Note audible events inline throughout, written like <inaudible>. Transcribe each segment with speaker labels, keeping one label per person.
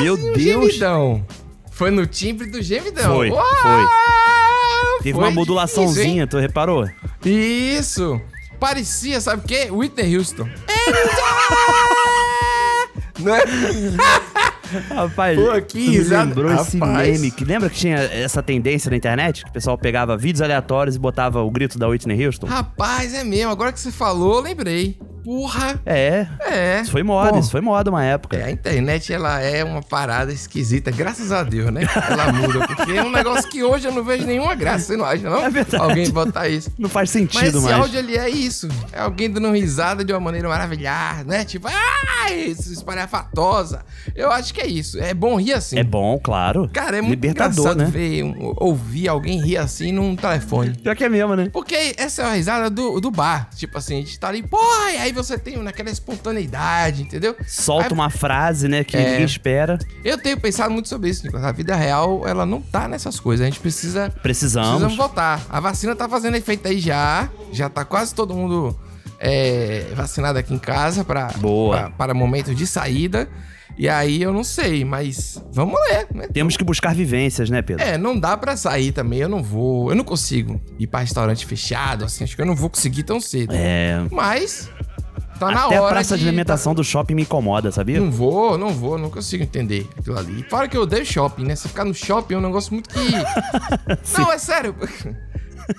Speaker 1: Meu
Speaker 2: no
Speaker 1: Deus.
Speaker 2: É um gemidão. Foi no timbre do gemidão.
Speaker 1: Foi,
Speaker 2: Uau!
Speaker 1: foi. Teve
Speaker 2: Foi
Speaker 1: uma modulaçãozinha, tu reparou?
Speaker 2: difícil, hein? Isso. Parecia, sabe o quê? Whitney Houston. Não é?
Speaker 1: Rapaz,
Speaker 2: Pô, que
Speaker 1: tu
Speaker 2: risada.
Speaker 1: me lembrou esse
Speaker 2: Rapaz.
Speaker 1: meme. Que lembra que tinha essa tendência na internet? Que o pessoal pegava vídeos aleatórios e botava o grito da Whitney Houston?
Speaker 2: Rapaz, é mesmo. Agora que você falou, eu lembrei. Porra.
Speaker 1: É.
Speaker 2: É.
Speaker 1: Isso foi moda,
Speaker 2: Pô.
Speaker 1: isso foi moda uma época.
Speaker 2: É, a internet, ela é uma parada esquisita, graças a Deus, né? Ela muda, porque é um negócio que hoje eu não vejo nenhuma graça, você não acha, não?
Speaker 1: É verdade.
Speaker 2: Alguém botar isso.
Speaker 1: Não faz
Speaker 2: Mas esse
Speaker 1: sentido mais.
Speaker 2: áudio ali é isso. É alguém dando risada de uma maneira maravilhosa, né? Tipo, ai, isso espalhafatosa. Eu acho que é isso. É bom rir assim.
Speaker 1: É bom, claro.
Speaker 2: Cara, é muito
Speaker 1: Libertador,
Speaker 2: engraçado
Speaker 1: né?
Speaker 2: ver, um- ouvir alguém rir assim num telefone.
Speaker 1: Pior que é mesmo, né?
Speaker 2: Porque essa é a risada do, do bar. Tipo assim, a gente tá ali, porra, e aí você tem naquela espontaneidade, entendeu?
Speaker 1: Solta
Speaker 2: Aí-
Speaker 1: uma frase, né,
Speaker 2: É.
Speaker 1: que ninguém espera.
Speaker 2: Eu tenho pensado muito sobre isso, Nicolas. A vida real, ela não tá nessas coisas. A gente precisa. Precisamos
Speaker 1: Precisamos.
Speaker 2: voltar. A vacina tá fazendo efeito aí já. Já tá quase todo mundo é, vacinado aqui em casa pra,
Speaker 1: Boa.
Speaker 2: pra- para momento de saída. E aí eu não sei, mas vamos ler, né?
Speaker 1: Temos que buscar vivências, né, Pedro?
Speaker 2: É, não dá pra sair também. Eu não vou. Eu não consigo ir pra restaurante fechado, assim. Acho que eu não vou conseguir tão cedo.
Speaker 1: É.
Speaker 2: Mas. Tá na hora.
Speaker 1: Até
Speaker 2: tá- Hum.
Speaker 1: a praça de, alimentação do shopping me incomoda, sabia?
Speaker 2: Não vou, não vou, não consigo entender aquilo ali. E Fora que eu odeio shopping, né? Você ficar no shopping é um negócio
Speaker 1: <laughs>
Speaker 2: muito que. não, é sério.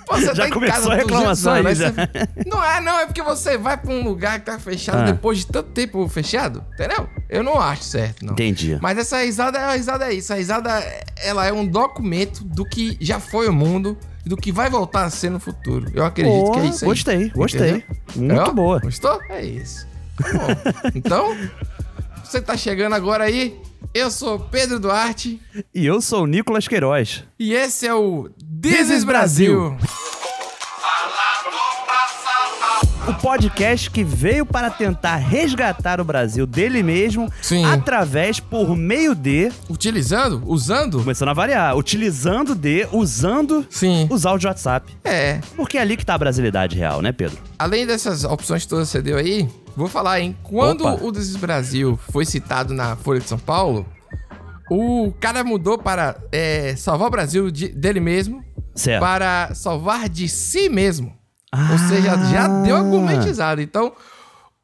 Speaker 2: Pô, você
Speaker 1: Já
Speaker 2: tá em
Speaker 1: começou
Speaker 2: casa 200
Speaker 1: a reclamação
Speaker 2: anos,
Speaker 1: aí,
Speaker 2: aí
Speaker 1: já.
Speaker 2: você- Não é, não, é porque você vai pra um lugar que tá fechado
Speaker 1: Ah.
Speaker 2: depois de tanto tempo fechado, entendeu? Eu não acho certo, não.
Speaker 1: Entendi.
Speaker 2: Mas essa risada, a risada é isso. A risada, ela é um documento do que já foi o mundo e do que vai voltar a ser no futuro. Eu acredito que é
Speaker 1: Boa,
Speaker 2: isso aí.
Speaker 1: Gostei, gostei.
Speaker 2: Entendeu?
Speaker 1: Muito
Speaker 2: Ó,
Speaker 1: boa.
Speaker 2: Gostou? É isso. Tá <laughs> bom. então, você tá chegando agora aí. Eu sou Pedro Duarte
Speaker 1: E eu sou o Nicolas Queiroz.
Speaker 2: e esse é o This is Brasil.
Speaker 1: O podcast que veio para tentar resgatar o Brasil dele mesmo
Speaker 2: Sim.
Speaker 1: através, por meio de.
Speaker 2: Utilizando, usando?
Speaker 1: Começando a variar, utilizando de, usando
Speaker 2: Sim.
Speaker 1: os áudios de WhatsApp.
Speaker 2: É.
Speaker 1: Porque é ali que tá a brasilidade real, né, Pedro?
Speaker 2: Além dessas opções todas que você deu aí, vou falar, hein? Quando
Speaker 1: Opa.
Speaker 2: o This is Brasil foi citado na Folha de São Paulo, o cara mudou para é, salvar o Brasil de- dele mesmo
Speaker 1: Certo.
Speaker 2: para salvar de si mesmo.
Speaker 1: Ah.
Speaker 2: Ou seja, já deu gourmetizado. Então,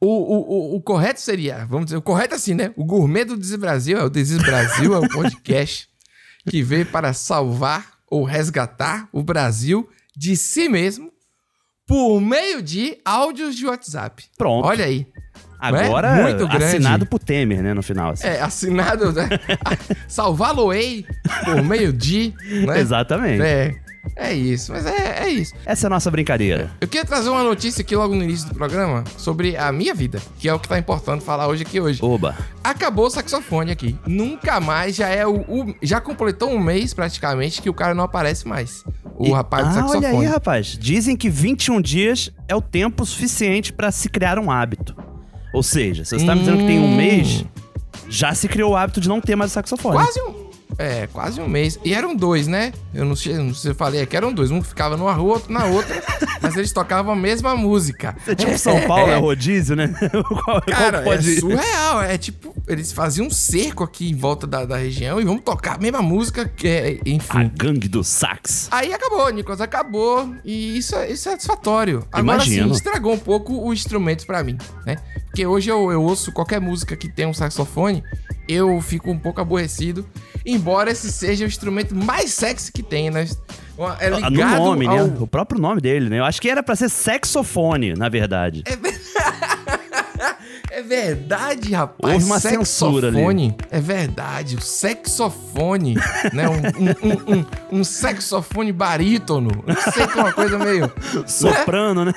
Speaker 2: o, o, o, o correto seria, vamos dizer, o correto é assim, né? O gourmet do Desis Brasil é o Desis Brasil, é o
Speaker 1: <laughs>
Speaker 2: podcast que veio para salvar ou resgatar o Brasil de si mesmo por meio de áudios de WhatsApp.
Speaker 1: Pronto.
Speaker 2: Olha aí.
Speaker 1: Agora,
Speaker 2: Não é? Muito grande.
Speaker 1: assinado pro Temer, né, no final. assim.
Speaker 2: É, assinado,
Speaker 1: <laughs>
Speaker 2: né? Salvá-lo-ei por meio de, né?
Speaker 1: Exatamente.
Speaker 2: É, é isso, mas é, é isso.
Speaker 1: Essa é a nossa brincadeira.
Speaker 2: Eu queria trazer uma notícia aqui logo no início do programa sobre a minha vida, que é o que tá importando falar hoje aqui hoje.
Speaker 1: Oba.
Speaker 2: Acabou o saxofone aqui. Nunca mais, já é o, o- Já completou um mês praticamente que o cara não aparece mais. O
Speaker 1: E-
Speaker 2: rapaz do
Speaker 1: ah,
Speaker 2: saxofone.
Speaker 1: Olha aí, rapaz. Dizem que 21 dias é o tempo suficiente pra se criar um hábito. Ou seja, se você tá me dizendo que tem um
Speaker 2: Hum.
Speaker 1: mês, já se criou o hábito de não ter mais o saxofone.
Speaker 2: Quase um. É, quase um mês. E eram dois, né? Eu não sei, não sei se eu falei aqui, eram dois. Um ficava numa rua, outro na
Speaker 1: <laughs>
Speaker 2: outra, mas eles tocavam a mesma música.
Speaker 1: É tipo São Paulo, é rodízio, né? <laughs> qual, qual
Speaker 2: Cara,
Speaker 1: pode
Speaker 2: é
Speaker 1: ir?
Speaker 2: surreal. É tipo, eles faziam um cerco aqui em volta da, da região e vamos tocar a mesma música, que é, enfim.
Speaker 1: A gangue do sax.
Speaker 2: Aí acabou, Nicolas, acabou. E isso é, isso é satisfatório. Agora sim,
Speaker 1: Imagino.
Speaker 2: estragou um pouco o instrumento pra mim, né? Porque hoje eu, eu ouço qualquer música que tem um saxofone, eu fico um pouco aborrecido. Embora esse seja o instrumento mais sexy que tem, né? Uma- É
Speaker 1: Ah,
Speaker 2: ligado
Speaker 1: No nome,
Speaker 2: ao...
Speaker 1: né? O próprio nome dele, né? Eu acho que era pra ser saxofone, na verdade.
Speaker 2: É verdade, rapaz.
Speaker 1: Houve uma censura ali.
Speaker 2: Saxofone. É verdade, o sexofone, né? Um, um, um, um, um saxofone barítono. Não sei, tem uma coisa
Speaker 1: <laughs>
Speaker 2: meio... é.
Speaker 1: Soprano, né?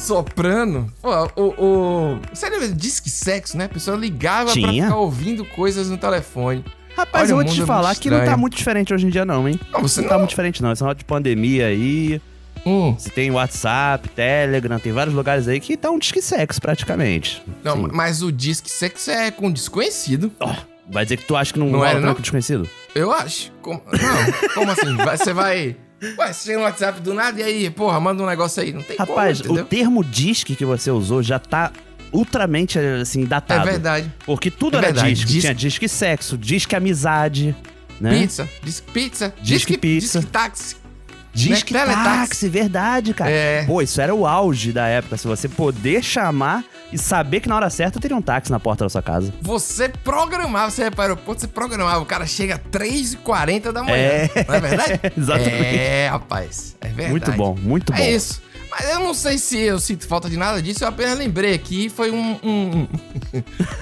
Speaker 2: soprano. Pô, o, o. Você lembra do disque sexo, né? A pessoa ligava pra
Speaker 1: Tinha.
Speaker 2: ficar ouvindo coisas no telefone.
Speaker 1: Rapaz,
Speaker 2: Olha,
Speaker 1: eu
Speaker 2: o
Speaker 1: vou te
Speaker 2: mundo é
Speaker 1: falar
Speaker 2: muito
Speaker 1: que não tá
Speaker 2: estranho.
Speaker 1: muito diferente hoje em dia, não, hein?
Speaker 2: Não, você
Speaker 1: Não tá
Speaker 2: não. é
Speaker 1: muito diferente, não. Esse negócio de pandemia aí,
Speaker 2: Hum.
Speaker 1: Você tem WhatsApp, Telegram, tem vários lugares aí que tá um disque sexo praticamente.
Speaker 2: Não,
Speaker 1: Sim.
Speaker 2: mas o disque sexo é com desconhecido,
Speaker 1: Ó, vai dizer que tu acha que não,
Speaker 2: Não
Speaker 1: rola
Speaker 2: era,
Speaker 1: tranco
Speaker 2: não?
Speaker 1: com desconhecido?
Speaker 2: eu acho. Como- Não, como
Speaker 1: <laughs>
Speaker 2: assim? Vai- Você vai. Ué, você chega no WhatsApp do nada e aí, porra, manda um negócio aí. Não tem
Speaker 1: Rapaz,
Speaker 2: como,
Speaker 1: o
Speaker 2: entendeu?
Speaker 1: termo disque que você usou já tá ultramente, assim,
Speaker 2: É
Speaker 1: datado.
Speaker 2: verdade.
Speaker 1: Porque tudo
Speaker 2: É
Speaker 1: era
Speaker 2: verdade.
Speaker 1: disco.
Speaker 2: Disco.
Speaker 1: Tinha disco e sexo, disco e amizade, né?
Speaker 2: Pizza, disque pizza,
Speaker 1: Disque pizza.
Speaker 2: disque táxi.
Speaker 1: Disque
Speaker 2: né?
Speaker 1: táxi,
Speaker 2: Teletaxi.
Speaker 1: verdade, cara.
Speaker 2: É.
Speaker 1: Pô, isso era o auge da época. Se você poder chamar e saber que na hora certa teria um táxi na porta da sua casa.
Speaker 2: Você programava, você reparou, pô, você programava, o cara chega às 3h40 da manhã. Não <laughs> é verdade?
Speaker 1: <laughs> Exatamente.
Speaker 2: É, rapaz. É verdade.
Speaker 1: muito bom, muito bom.
Speaker 2: É isso. Mas eu não sei se eu sinto falta de nada disso, eu apenas lembrei aqui, foi um, um, <laughs>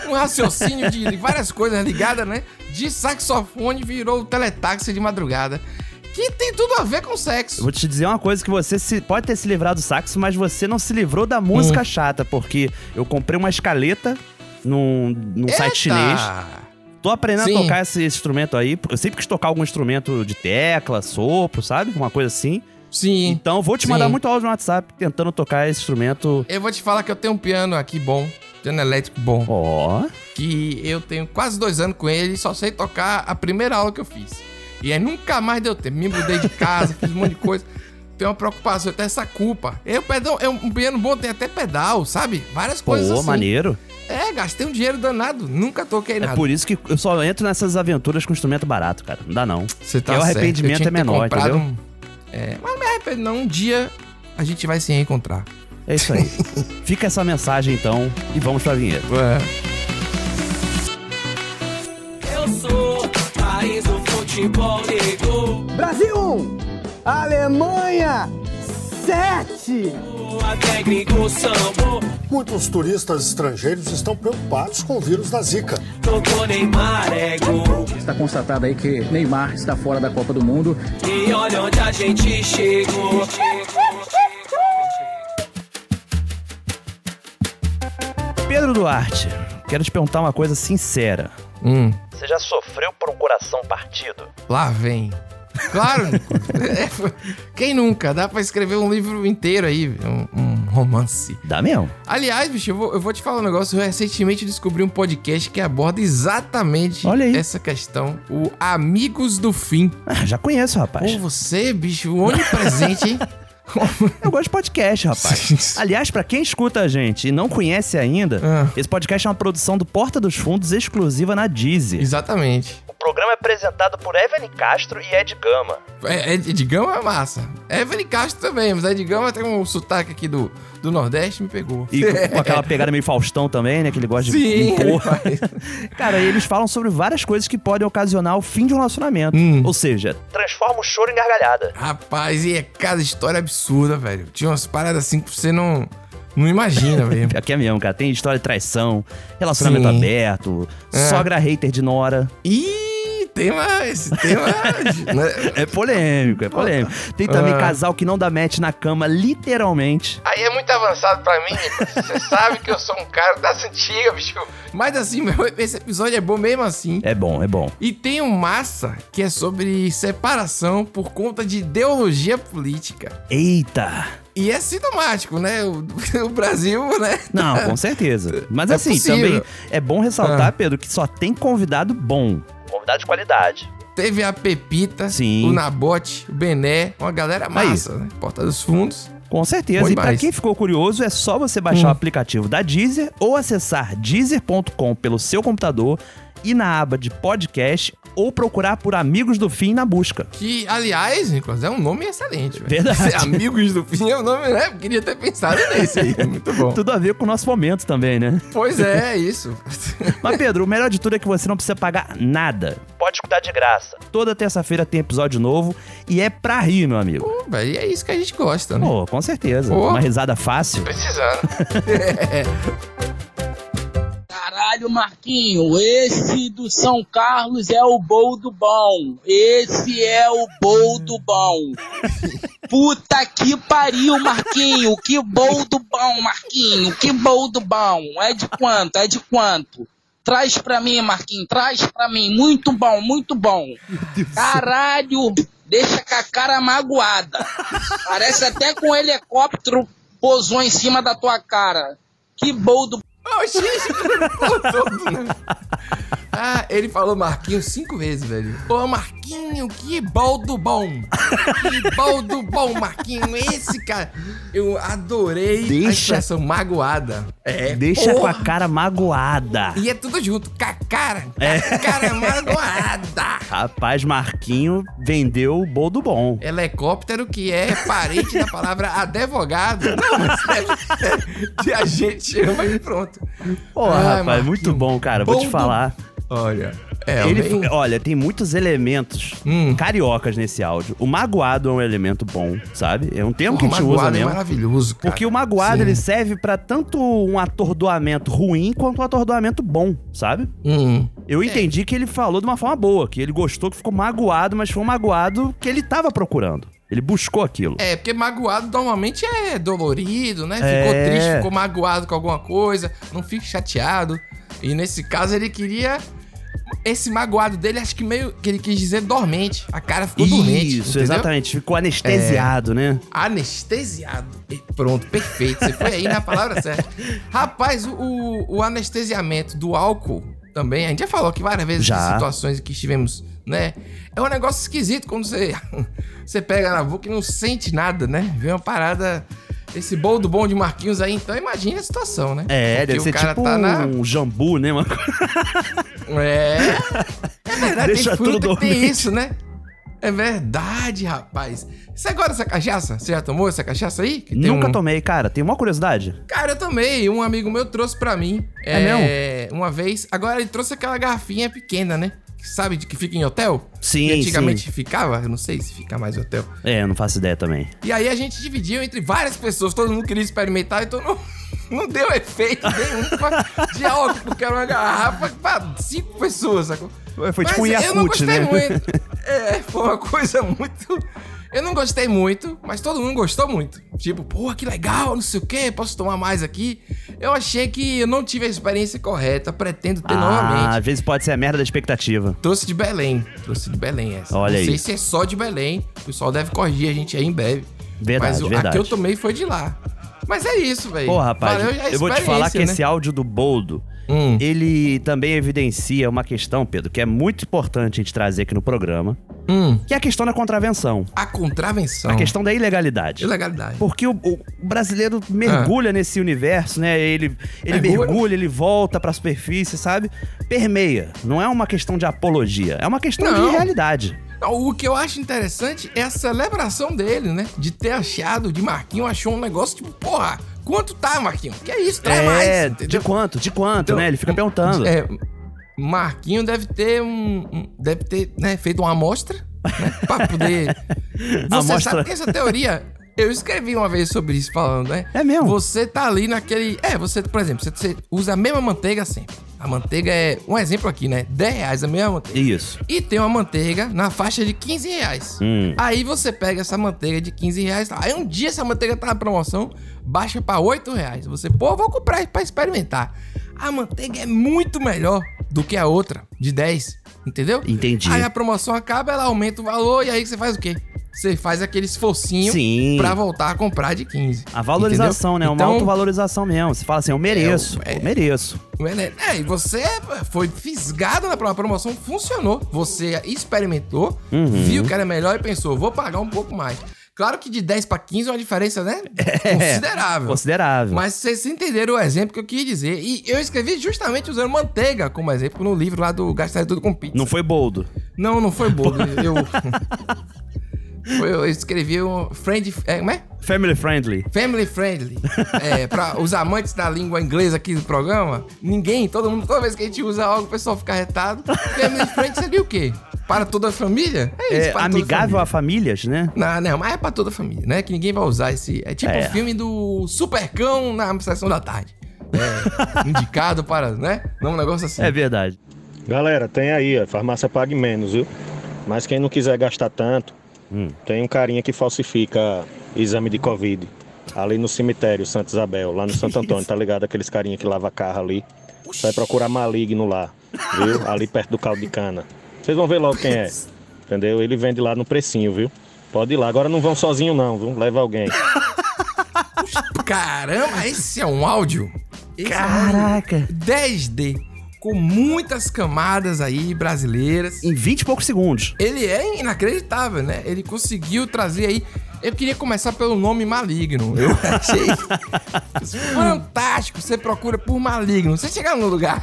Speaker 2: um raciocínio de várias coisas ligadas, né? De saxofone virou o teletáxi de madrugada, que tem tudo a ver com
Speaker 1: Eu
Speaker 2: sexo.
Speaker 1: vou te dizer uma coisa que você se- pode ter se livrado do saxo, mas você não se livrou da música
Speaker 2: Hum.
Speaker 1: chata, porque eu comprei uma escaleta num, num site chinês. Tô aprendendo
Speaker 2: Sim.
Speaker 1: a tocar esse, esse instrumento aí, porque eu sempre quis tocar algum instrumento de tecla, sopro, sabe? Uma coisa assim.
Speaker 2: Sim.
Speaker 1: Então vou te
Speaker 2: Sim.
Speaker 1: mandar muito áudio no WhatsApp tentando tocar esse instrumento.
Speaker 2: Eu vou te falar que eu tenho um piano aqui bom, piano elétrico bom,
Speaker 1: Ó.
Speaker 2: que eu tenho quase dois anos com ele e só sei tocar a primeira aula que eu fiz. E aí nunca mais deu tempo. Me mudei de casa, fiz um monte de coisa. Tenho uma preocupação, eu tenho essa culpa. Eu, perdão, é um piano bom, tem até pedal, sabe? Várias
Speaker 1: Pô,
Speaker 2: coisas assim.
Speaker 1: maneiro.
Speaker 2: É, gastei um dinheiro danado, nunca toquei
Speaker 1: É
Speaker 2: nada.
Speaker 1: por isso que eu só entro nessas aventuras com instrumento barato, cara. Não dá não.
Speaker 2: Você tá
Speaker 1: É, o
Speaker 2: certo,
Speaker 1: arrependimento
Speaker 2: eu tinha
Speaker 1: é
Speaker 2: que ter
Speaker 1: menor,
Speaker 2: comprado
Speaker 1: entendeu?
Speaker 2: um- É, mas não me arrependo não, um dia a gente vai se reencontrar.
Speaker 1: É
Speaker 2: <laughs>
Speaker 1: isso aí. Fica essa mensagem então e vamos pra vinheta.
Speaker 3: Eu sou país do futebol de gol.
Speaker 4: Brasil 1, Alemanha 7.
Speaker 3: Até gringo sambou.
Speaker 5: Muitos turistas estrangeiros estão preocupados com o vírus da Zika.
Speaker 3: Tocou Neymar é gol.
Speaker 6: Está constatado aí que Neymar está fora da Copa do Mundo.
Speaker 3: E olha onde a gente chegou.
Speaker 1: Pedro Duarte, quero te perguntar uma coisa sincera.
Speaker 2: Hum,
Speaker 1: Você já sofreu por um coração partido?
Speaker 2: lá vem.
Speaker 1: <laughs>
Speaker 2: Claro, Nico. É, foi- quem nunca? Dá pra escrever um livro inteiro aí, um- um romance.
Speaker 1: Dá mesmo.
Speaker 2: Aliás, bicho, eu vou, eu vou te falar um negócio. Eu recentemente descobri um podcast que aborda exatamente
Speaker 1: Olha aí.
Speaker 2: essa questão. O Amigos do Fim.
Speaker 1: Ah, já conheço,
Speaker 2: Ou
Speaker 1: rapaz.
Speaker 2: você, bicho, onipresente,
Speaker 1: <laughs>
Speaker 2: hein?
Speaker 1: Eu gosto de podcast,
Speaker 2: <laughs>
Speaker 1: rapaz. Aliás, pra quem escuta a gente e não conhece ainda,
Speaker 2: Ah.
Speaker 1: esse podcast é uma produção do Porta dos Fundos exclusiva na Deezer.
Speaker 2: Exatamente.
Speaker 1: O programa é apresentado por Evelyn Castro e Ed Gama.
Speaker 2: É, é, Edgama é massa. Evelyn Castro também, mas Edgama tem um sotaque aqui do, do Nordeste, me pegou.
Speaker 1: E com- com aquela pegada meio Faustão também, né? Que ele gosta de
Speaker 2: É. Sim, ele
Speaker 1: impor.
Speaker 2: faz.
Speaker 1: <laughs> Cara, eles falam sobre várias coisas que podem ocasionar o fim de um relacionamento.
Speaker 2: Hum.
Speaker 1: Ou seja, transforma o choro em gargalhada.
Speaker 2: <laughs> Rapaz, e é cada história absurda, velho. Tinha umas paradas assim que você não, não imagina
Speaker 1: <laughs>
Speaker 2: mesmo.
Speaker 1: Aqui é mesmo, cara. Tem história de traição, relacionamento
Speaker 2: Sim.
Speaker 1: aberto,
Speaker 2: É.
Speaker 1: sogra hater de Nora.
Speaker 2: Ih, tema, esse tema...
Speaker 1: <laughs>
Speaker 2: né?
Speaker 1: É polêmico, é polêmico. Tem também
Speaker 2: Ah.
Speaker 1: casal que não dá match na cama, literalmente.
Speaker 2: Aí é muito avançado pra mim, você sabe que eu sou um cara das antigas, bicho. Mas assim, meu, esse episódio é bom mesmo assim.
Speaker 1: É bom, é bom.
Speaker 2: E tem um massa que é sobre separação por conta de ideologia política.
Speaker 1: Eita!
Speaker 2: E é sintomático, né? O, <laughs> o Brasil, né?
Speaker 1: Não, com certeza. Mas
Speaker 2: É
Speaker 1: assim,
Speaker 2: possível.
Speaker 1: também é bom ressaltar,
Speaker 2: Ah.
Speaker 1: Pedro, que só tem convidado bom. Convidado de qualidade.
Speaker 2: Teve a Pepita,
Speaker 1: Sim.
Speaker 2: o Nabote, o Bené, uma galera massa, né? Porta dos Fundos.
Speaker 1: Com certeza.
Speaker 2: Bom
Speaker 1: e pra
Speaker 2: demais.
Speaker 1: quem ficou curioso, é só você
Speaker 2: Hum.
Speaker 1: baixar o aplicativo da Deezer ou acessar deezer.com pelo seu computador e na aba de podcast ou procurar por Amigos do Fim na busca.
Speaker 2: Que, aliás, Nicolas, é um nome excelente, velho.
Speaker 1: Verdade.
Speaker 2: Ser Amigos do Fim é um nome, né? Eu queria ter pensado nesse aí. É Muito bom.
Speaker 1: <laughs> Tudo a ver com o nosso momento também, né?
Speaker 2: <laughs> Pois é, é isso. <laughs>
Speaker 1: Mas, Pedro, o melhor de tudo é que você não precisa pagar nada. Pode escutar de graça. Toda terça-feira tem episódio novo e é pra rir, meu amigo.
Speaker 2: Pô, velho, e é isso que a gente gosta, né?
Speaker 1: Pô, com certeza.
Speaker 2: Pô.
Speaker 1: Uma risada fácil.
Speaker 2: Precisando.
Speaker 7: Caralho, Marquinho, esse do São Carlos é o bol do bom. Esse é o bol do bom. Puta que pariu, Marquinho. Que bol do bom, Marquinho. Que bol do bom. É de quanto? É de quanto? Traz pra mim, Marquinho. Traz pra mim. Muito bom, muito bom. Caralho, deixa com a cara magoada. Parece até que um helicóptero pousou em cima da tua cara. Que bol do
Speaker 2: Ah, o Xixi falou todo, né? Ah, ele falou Marquinhos cinco vezes, velho. Ô, Marquinhos. Marquinho, que baldo bom! Que baldo bom, Marquinho! Esse cara. Eu adorei a
Speaker 1: Deixa-
Speaker 2: expressão magoada. É.
Speaker 1: Deixa com
Speaker 2: porra.
Speaker 1: a cara magoada.
Speaker 2: E é tudo junto, com a cara, com
Speaker 1: É.
Speaker 2: a cara é magoada.
Speaker 1: Rapaz, Marquinho vendeu o bolo do bom.
Speaker 2: Helicóptero, que é parente da palavra advogado. Não, mas é, que a gente ama e pronto.
Speaker 1: Pô,
Speaker 2: Ai,
Speaker 1: rapaz,
Speaker 2: Ah, Marquinho.
Speaker 1: muito bom, cara. Vou
Speaker 2: Bom
Speaker 1: te
Speaker 2: do-
Speaker 1: falar.
Speaker 2: Olha, é,
Speaker 1: Ele-
Speaker 2: bem-
Speaker 1: olha, tem muitos elementos
Speaker 2: Hum.
Speaker 1: cariocas nesse áudio. O magoado é um elemento bom, sabe? É um termo que a
Speaker 2: Porra,
Speaker 1: gente usa
Speaker 2: magoado é
Speaker 1: mesmo.
Speaker 2: maravilhoso, cara.
Speaker 1: Porque o magoado
Speaker 2: Sim.
Speaker 1: ele serve pra tanto um atordoamento ruim quanto um atordoamento bom, sabe?
Speaker 2: Hum.
Speaker 1: Eu entendi que ele falou de uma forma boa, que ele gostou, que ficou magoado, mas foi um magoado que ele tava procurando. Ele buscou aquilo.
Speaker 2: É, porque magoado normalmente é dolorido, né? Ficou
Speaker 1: É.
Speaker 2: triste, ficou magoado com alguma coisa, não fica chateado. E nesse caso ele queria.
Speaker 1: Hum.
Speaker 2: Esse magoado dele, acho que meio que ele quis dizer dormente. A cara ficou dormente.
Speaker 1: Isso,
Speaker 2: entendeu?
Speaker 1: exatamente. Ficou anestesiado, né?
Speaker 2: Anestesiado. E pronto, perfeito. Você foi aí na palavra certa. Rapaz, o- o, o anestesiamento do álcool também, a gente já falou aqui várias vezes
Speaker 1: Já.
Speaker 2: de situações que estivemos, né? É um negócio esquisito quando você, <laughs> você pega na boca e não sente nada, né? Vem uma parada. Esse bolo do bom de Marquinhos aí, então imagina a situação, né?
Speaker 1: É,
Speaker 2: Porque
Speaker 1: deve
Speaker 2: o
Speaker 1: ser
Speaker 2: cara
Speaker 1: tipo
Speaker 2: tá na.
Speaker 1: um jambu, né? Uma <laughs>
Speaker 2: É. É verdade,
Speaker 1: Deixa
Speaker 2: tem fruta
Speaker 1: tudo
Speaker 2: que tem
Speaker 1: dormente.
Speaker 2: isso, né? É verdade, rapaz. Você agora essa cachaça? Você já tomou essa cachaça aí? Que tem
Speaker 1: Nunca
Speaker 2: um-
Speaker 1: tomei, cara. Tenho uma curiosidade.
Speaker 2: Cara, eu tomei. Um amigo meu trouxe pra mim.
Speaker 1: É
Speaker 2: Uma vez. Agora ele trouxe aquela garrafinha pequena, né? Que Sabe, de que fica em hotel?
Speaker 1: Sim,
Speaker 2: Que antigamente ficava. Eu não sei se fica mais em hotel.
Speaker 1: É, não faço ideia também.
Speaker 2: E aí a gente dividiu entre várias pessoas. Todo mundo <laughs> queria experimentar, então não, não deu efeito nenhum pra- de álcool, porque era uma garrafa pra cinco pessoas, sacou?
Speaker 1: Foi tipo um
Speaker 2: eu não
Speaker 1: Yakult,
Speaker 2: gostei
Speaker 1: né?
Speaker 2: muito. É, foi uma coisa muito. <laughs> Eu não gostei muito, mas todo mundo gostou muito. Tipo, pô, que legal, não sei o quê, posso tomar mais aqui. Eu achei que eu não tive a experiência correta, pretendo ter
Speaker 1: Ah,
Speaker 2: novamente.
Speaker 1: às vezes pode ser a merda da expectativa.
Speaker 2: Trouxe de Belém, trouxe de Belém essa.
Speaker 1: Olha
Speaker 2: não sei
Speaker 1: aí.
Speaker 2: se é só de Belém, o pessoal deve corrigir a gente aí em breve.
Speaker 1: Verdade,
Speaker 2: mas o- a
Speaker 1: verdade.
Speaker 2: que eu tomei foi de lá. Mas é isso, velho.
Speaker 1: Pô, rapaz,
Speaker 2: Valeu a
Speaker 1: eu vou te falar que esse
Speaker 2: experiência,
Speaker 1: áudio do Boldo,
Speaker 2: né? Hum.
Speaker 1: ele também evidencia uma questão, Pedro, que é muito importante a gente trazer aqui no programa,
Speaker 2: Hum.
Speaker 1: que é a questão da contravenção,
Speaker 2: A contravenção.
Speaker 1: a questão da ilegalidade.
Speaker 2: Ilegalidade.
Speaker 1: Porque o, o brasileiro mergulha
Speaker 2: Ah.
Speaker 1: nesse universo, né? Ele, ele
Speaker 2: Mergulha.
Speaker 1: mergulha, ele volta pra superfície, sabe? Permeia. Não é uma questão de apologia, é uma questão
Speaker 2: Não.
Speaker 1: de realidade.
Speaker 2: O que eu acho interessante é a celebração dele, né? De ter achado, de Marquinho achou um negócio tipo, porra, quanto tá, Marquinho? Que é isso? Traz mais,
Speaker 1: é, de
Speaker 2: entendeu?
Speaker 1: quanto? De quanto,
Speaker 2: Então,
Speaker 1: né? Ele fica perguntando.
Speaker 2: É, Marquinho deve ter um, um- deve ter, né, feito uma amostra, né, pra poder... Você
Speaker 1: Amostra.
Speaker 2: sabe que essa teoria... Eu escrevi uma vez sobre isso falando, né?
Speaker 1: É mesmo?
Speaker 2: Você tá ali naquele... É, você, por exemplo, você, você usa a mesma manteiga sempre. A manteiga é... Um exemplo aqui, né? 10 reais a mesma manteiga.
Speaker 1: é Isso.
Speaker 2: E tem uma manteiga na faixa de 15 reais.
Speaker 1: Hum.
Speaker 2: Aí você pega essa manteiga de 15 reais. Aí um dia essa manteiga tá na promoção, baixa pra 8 reais. Você, pô, vou comprar pra experimentar. A manteiga é muito melhor do que a outra, de 10, entendeu?
Speaker 1: Entendi.
Speaker 2: Aí a promoção acaba, ela aumenta o valor e aí você faz o quê? Você faz aquele esforcinho
Speaker 1: Sim.
Speaker 2: pra voltar a comprar de 15.
Speaker 1: A valorização,
Speaker 2: entendeu? Então-
Speaker 1: né? Uma autovalorização mesmo. Você fala assim, eu mereço,
Speaker 2: É, é.
Speaker 1: eu mereço.
Speaker 2: É, e você foi fisgado na promoção, a promoção funcionou. Você experimentou,
Speaker 1: Uhum.
Speaker 2: viu que era melhor e pensou, vou pagar um pouco mais. Claro que de 10 para 15 é uma diferença,
Speaker 1: <laughs>
Speaker 2: né? Considerável.
Speaker 1: É, Considerável.
Speaker 2: Mas vocês entenderam o exemplo que eu quis dizer. E eu escrevi justamente usando manteiga como exemplo no livro lá do Gastar Tudo com Pizza.
Speaker 1: Não foi boldo.
Speaker 2: Não, não foi
Speaker 1: <laughs>
Speaker 2: bobo. eu... <laughs> Foi- eu escrevi um friend... É, como é?
Speaker 1: Family friendly.
Speaker 2: Family
Speaker 1: <laughs>
Speaker 2: friendly. É, pra os amantes da língua inglesa aqui do programa, ninguém, todo mundo, toda vez que a gente usa algo, o pessoal fica retado. Family friendly seria o quê? Para toda a família?
Speaker 1: É,
Speaker 2: para toda a
Speaker 1: amigável a famílias, né?
Speaker 2: Não, não, mas é pra toda a família, né? Que ninguém vai usar esse. É tipo o
Speaker 1: É.
Speaker 2: filme do Supercão na sessão da tarde.
Speaker 1: <laughs>
Speaker 2: É, indicado para, né? Não, um negócio assim.
Speaker 1: É verdade.
Speaker 8: Galera, tem aí, ó, farmácia pague menos, viu? Mas quem não quiser gastar tanto,
Speaker 1: Hum.
Speaker 8: tem um carinha que falsifica exame de Covid. Ali no cemitério Santa Isabel, lá no Santo Antônio, tá ligado? Aqueles carinha que lava carro ali. Vai procurar maligno lá, viu? Ali perto do caldo de cana. Vocês vão ver logo quem é. Entendeu? Ele vende lá no precinho, viu? Pode ir lá. Agora não vão sozinho, não, viu? Leva alguém.
Speaker 2: Caramba, esse é um áudio? Esse é um áudio
Speaker 1: Caraca.
Speaker 2: 10D. com muitas camadas aí brasileiras.
Speaker 1: Em 20 e poucos segundos.
Speaker 2: Ele é inacreditável, né? Ele conseguiu trazer aí. Eu queria começar pelo nome maligno.
Speaker 1: <laughs>
Speaker 2: Eu achei fantástico. Você procura por maligno. Você chegar no lugar.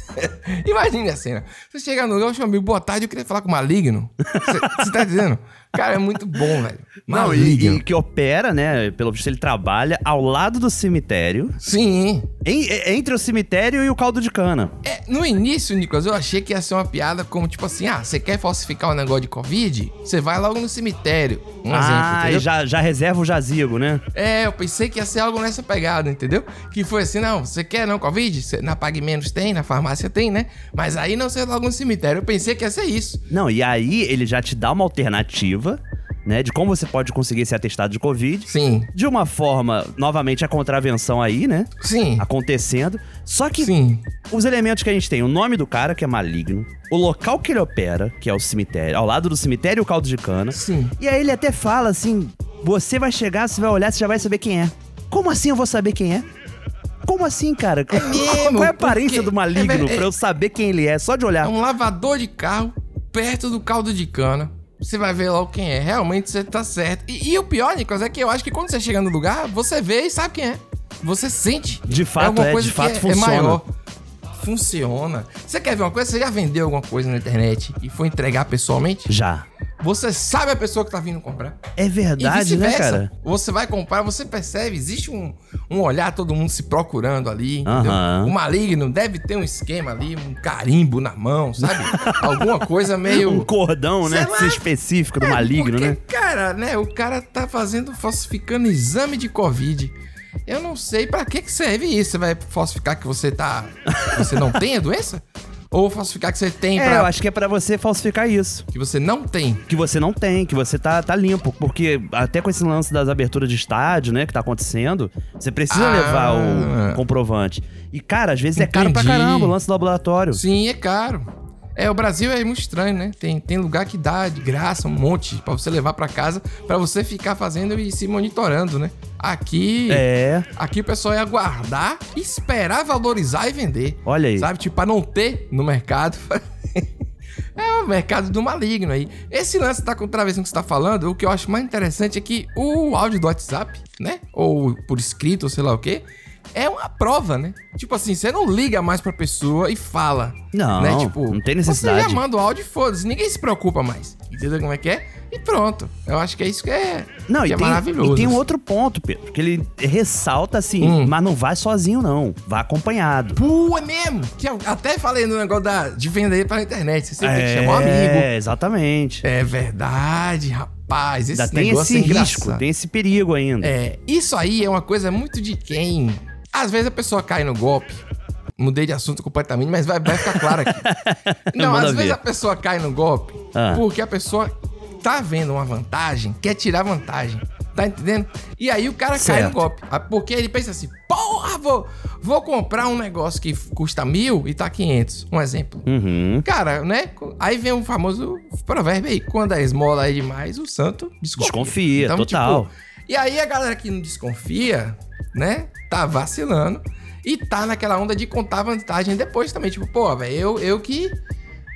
Speaker 2: <laughs> Imagine a cena. Você chegar no lugar, eu amigo, boa tarde, eu queria falar com o maligno. Você você tá dizendo? Cara, é muito bom, velho.
Speaker 1: Não, e,
Speaker 2: Maligno.
Speaker 1: e que opera, né? Pelo visto, ele trabalha ao lado do cemitério,
Speaker 2: Sim.
Speaker 1: em- e- entre o cemitério e o caldo de cana.
Speaker 2: É, no início, Nicolas, eu achei que ia ser uma piada como tipo assim: ah, você quer falsificar um negócio de Covid? Você vai logo no cemitério. Um exemplo,
Speaker 1: ah,
Speaker 2: entendeu?
Speaker 1: e já, já reserva o jazigo, né?
Speaker 2: É, eu pensei que ia ser algo nessa pegada, entendeu? Que foi assim, não, você quer não Covid? Cê- na Pag Menos tem, na farmácia tem, né? Mas aí não sei logo no cemitério. Eu pensei que ia ser isso.
Speaker 1: Não, e aí ele já te dá uma alternativa, né? De como você pode conseguir esse atestado de Covid.
Speaker 2: Sim,
Speaker 1: De uma forma, novamente, a contravenção aí, né?
Speaker 2: sim,
Speaker 1: Acontecendo. Só que
Speaker 2: sim.
Speaker 1: os elementos que a gente tem, o nome do cara, que é maligno, o local que ele opera, que é o cemitério, ao lado do cemitério, o caldo de cana.
Speaker 2: Sim.
Speaker 1: E aí ele até fala assim: você vai chegar, você vai olhar, você já vai saber quem é. Como assim eu vou saber quem é? Como assim, cara?
Speaker 2: mesmo,
Speaker 1: Qual é a aparência
Speaker 2: porque-
Speaker 1: do maligno
Speaker 2: é ver-
Speaker 1: pra eu saber quem ele é? Só de
Speaker 2: É
Speaker 1: olhar.
Speaker 2: um lavador de carro perto do caldo de cana. Você vai ver logo quem é. Realmente você tá certo. E, e o pior, Nicolas, é que eu acho que quando você chega no lugar, você vê e sabe quem é. Você sente.
Speaker 1: De fato,
Speaker 2: alguma
Speaker 1: é, de fato funciona.
Speaker 2: Funciona. Você quer ver uma coisa? Você já vendeu alguma coisa na internet e foi entregar pessoalmente?
Speaker 1: Já.
Speaker 2: Você sabe a pessoa que tá vindo comprar.
Speaker 1: É verdade, né, cara?
Speaker 2: Você vai comprar, você percebe, existe um, um olhar, todo mundo se procurando ali, entendeu?
Speaker 1: Aham.
Speaker 2: O maligno deve ter um esquema ali, um carimbo na mão,
Speaker 1: <laughs>
Speaker 2: sabe? Alguma coisa meio.
Speaker 1: Um cordão, né?
Speaker 2: Sei lá.
Speaker 1: Esse específico do
Speaker 2: É,
Speaker 1: maligno,
Speaker 2: porque,
Speaker 1: né?
Speaker 2: Cara, né? O cara tá fazendo, falsificando exame de Covid. Eu não sei pra que que serve isso. Você vai falsificar que você tá. que Você não tem a doença? Ou falsificar que você tem
Speaker 1: É,
Speaker 2: pra.
Speaker 1: eu acho que é pra você falsificar isso.
Speaker 2: Que você não tem.
Speaker 1: Que você não tem, que você tá, tá limpo. Porque até com esse lance das aberturas de estádio, né, que tá acontecendo, você precisa
Speaker 2: Ah.
Speaker 1: levar o comprovante. E, cara, às vezes é caro pra
Speaker 2: Entendi.
Speaker 1: caramba o lance do laboratório.
Speaker 2: Sim, é caro. É, o Brasil é muito estranho, né? Tem, tem lugar que dá de graça um monte pra você levar pra casa, pra você ficar fazendo e se monitorando, né? Aqui,
Speaker 1: É,
Speaker 2: aqui o pessoal ia aguardar, esperar valorizar e vender.
Speaker 1: olha aí.
Speaker 2: Sabe? Tipo, pra não ter no mercado. <laughs> é o mercado do maligno aí. Esse lance da contravenção que você tá falando, o que eu acho mais interessante é que o áudio do WhatsApp, né? Ou por escrito, ou sei lá o quê. É uma prova, né? Tipo assim, você não liga mais pra pessoa e fala.
Speaker 1: Não,
Speaker 2: né? Tipo,
Speaker 1: não
Speaker 2: Você
Speaker 1: tem necessidade.
Speaker 2: já manda o áudio e foda-se. Ninguém se preocupa mais. Entendeu como é que é? E pronto. Eu acho que é isso que é,
Speaker 1: Não,
Speaker 2: que
Speaker 1: e,
Speaker 2: é
Speaker 1: tem,
Speaker 2: maravilhoso.
Speaker 1: e tem um outro ponto, Pedro, que ele ressalta assim,
Speaker 2: Hum.
Speaker 1: mas não vai sozinho, não. Vai acompanhado.
Speaker 2: Pô, é mesmo. Que eu até falei no negócio da, de vender pela internet. Você sempre tem que chamar um amigo.
Speaker 1: É, exatamente.
Speaker 2: É verdade, rapaz. Esse
Speaker 1: Ainda tem
Speaker 2: negócio
Speaker 1: esse
Speaker 2: é
Speaker 1: risco,
Speaker 2: engraçado.
Speaker 1: tem esse perigo ainda.
Speaker 2: É, isso aí é uma coisa muito de quem. Às vezes a pessoa cai no golpe. Mudei de assunto completamente, mas vai, vai ficar claro
Speaker 1: <laughs>
Speaker 2: aqui. Não,
Speaker 1: Manda
Speaker 2: às vezes
Speaker 1: ver.
Speaker 2: a pessoa cai no golpe
Speaker 1: Ah.
Speaker 2: porque a pessoa tá vendo uma vantagem, quer tirar vantagem. Tá entendendo? E aí o cara cai no
Speaker 1: Certo.
Speaker 2: golpe. Ah, Porque ele pensa assim, porra, vou, vou comprar um negócio que custa mil e tá 500. Um exemplo.
Speaker 1: Uhum.
Speaker 2: Cara, né? Aí vem um famoso provérbio aí: quando a esmola é demais, o santo desconfia.
Speaker 1: Desconfia, total.
Speaker 2: tipo, e aí a galera que não desconfia, né? Tá vacilando e tá naquela onda de contar vantagem depois também. Tipo, pô, velho, eu, eu que.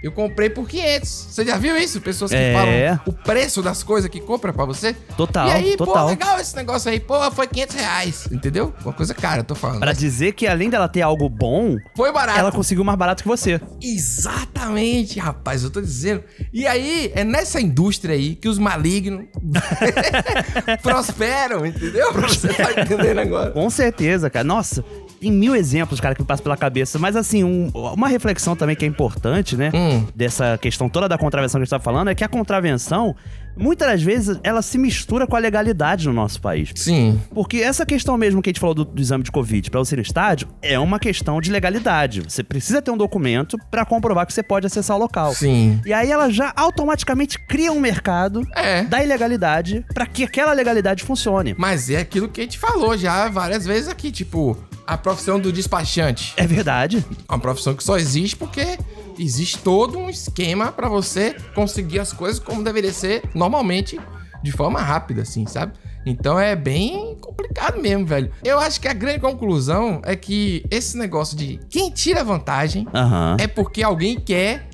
Speaker 2: Eu comprei por 500. Você já viu isso? Pessoas que
Speaker 1: É.
Speaker 2: falam o preço das coisas que compra pra você.
Speaker 1: Total,
Speaker 2: e aí,
Speaker 1: total.
Speaker 2: pô, legal esse negócio aí. Pô, foi 500 reais, entendeu? Uma coisa cara, eu tô falando.
Speaker 1: Pra
Speaker 2: Mas Ah.
Speaker 1: dizer que além dela ter algo bom,
Speaker 2: Foi barato.
Speaker 1: ela conseguiu mais barato que você.
Speaker 2: Exatamente, rapaz, eu tô dizendo. E aí, é nessa indústria aí que os malignos <laughs> prosperam, entendeu? Você tá entendendo agora.
Speaker 1: Com certeza, cara. Nossa, tem mil exemplos, cara, que me passam pela cabeça. Mas assim, um- uma reflexão também que é importante, né?
Speaker 2: Hum.
Speaker 1: Dessa questão toda da contravenção que a gente tá falando, é que a contravenção, muitas das vezes, ela se mistura com a legalidade no nosso país.
Speaker 2: Sim,
Speaker 1: Porque essa questão mesmo que a gente falou do, do exame de Covid pra você ir no estádio é uma questão de legalidade. Você precisa ter um documento pra comprovar que você pode acessar o local.
Speaker 2: sim.
Speaker 1: E aí ela já automaticamente cria um mercado
Speaker 2: É.
Speaker 1: da ilegalidade pra que aquela legalidade funcione.
Speaker 2: Mas é aquilo que a gente falou já várias vezes aqui, tipo, a profissão do despachante.
Speaker 1: É verdade.
Speaker 2: É uma profissão que só existe porque existe todo um esquema pra você conseguir as coisas como deveria ser normalmente, de forma rápida, assim, sabe? Então é bem complicado mesmo, velho. Eu acho que a grande conclusão é que esse negócio de quem tira vantagem
Speaker 1: Aham.
Speaker 2: é porque alguém quer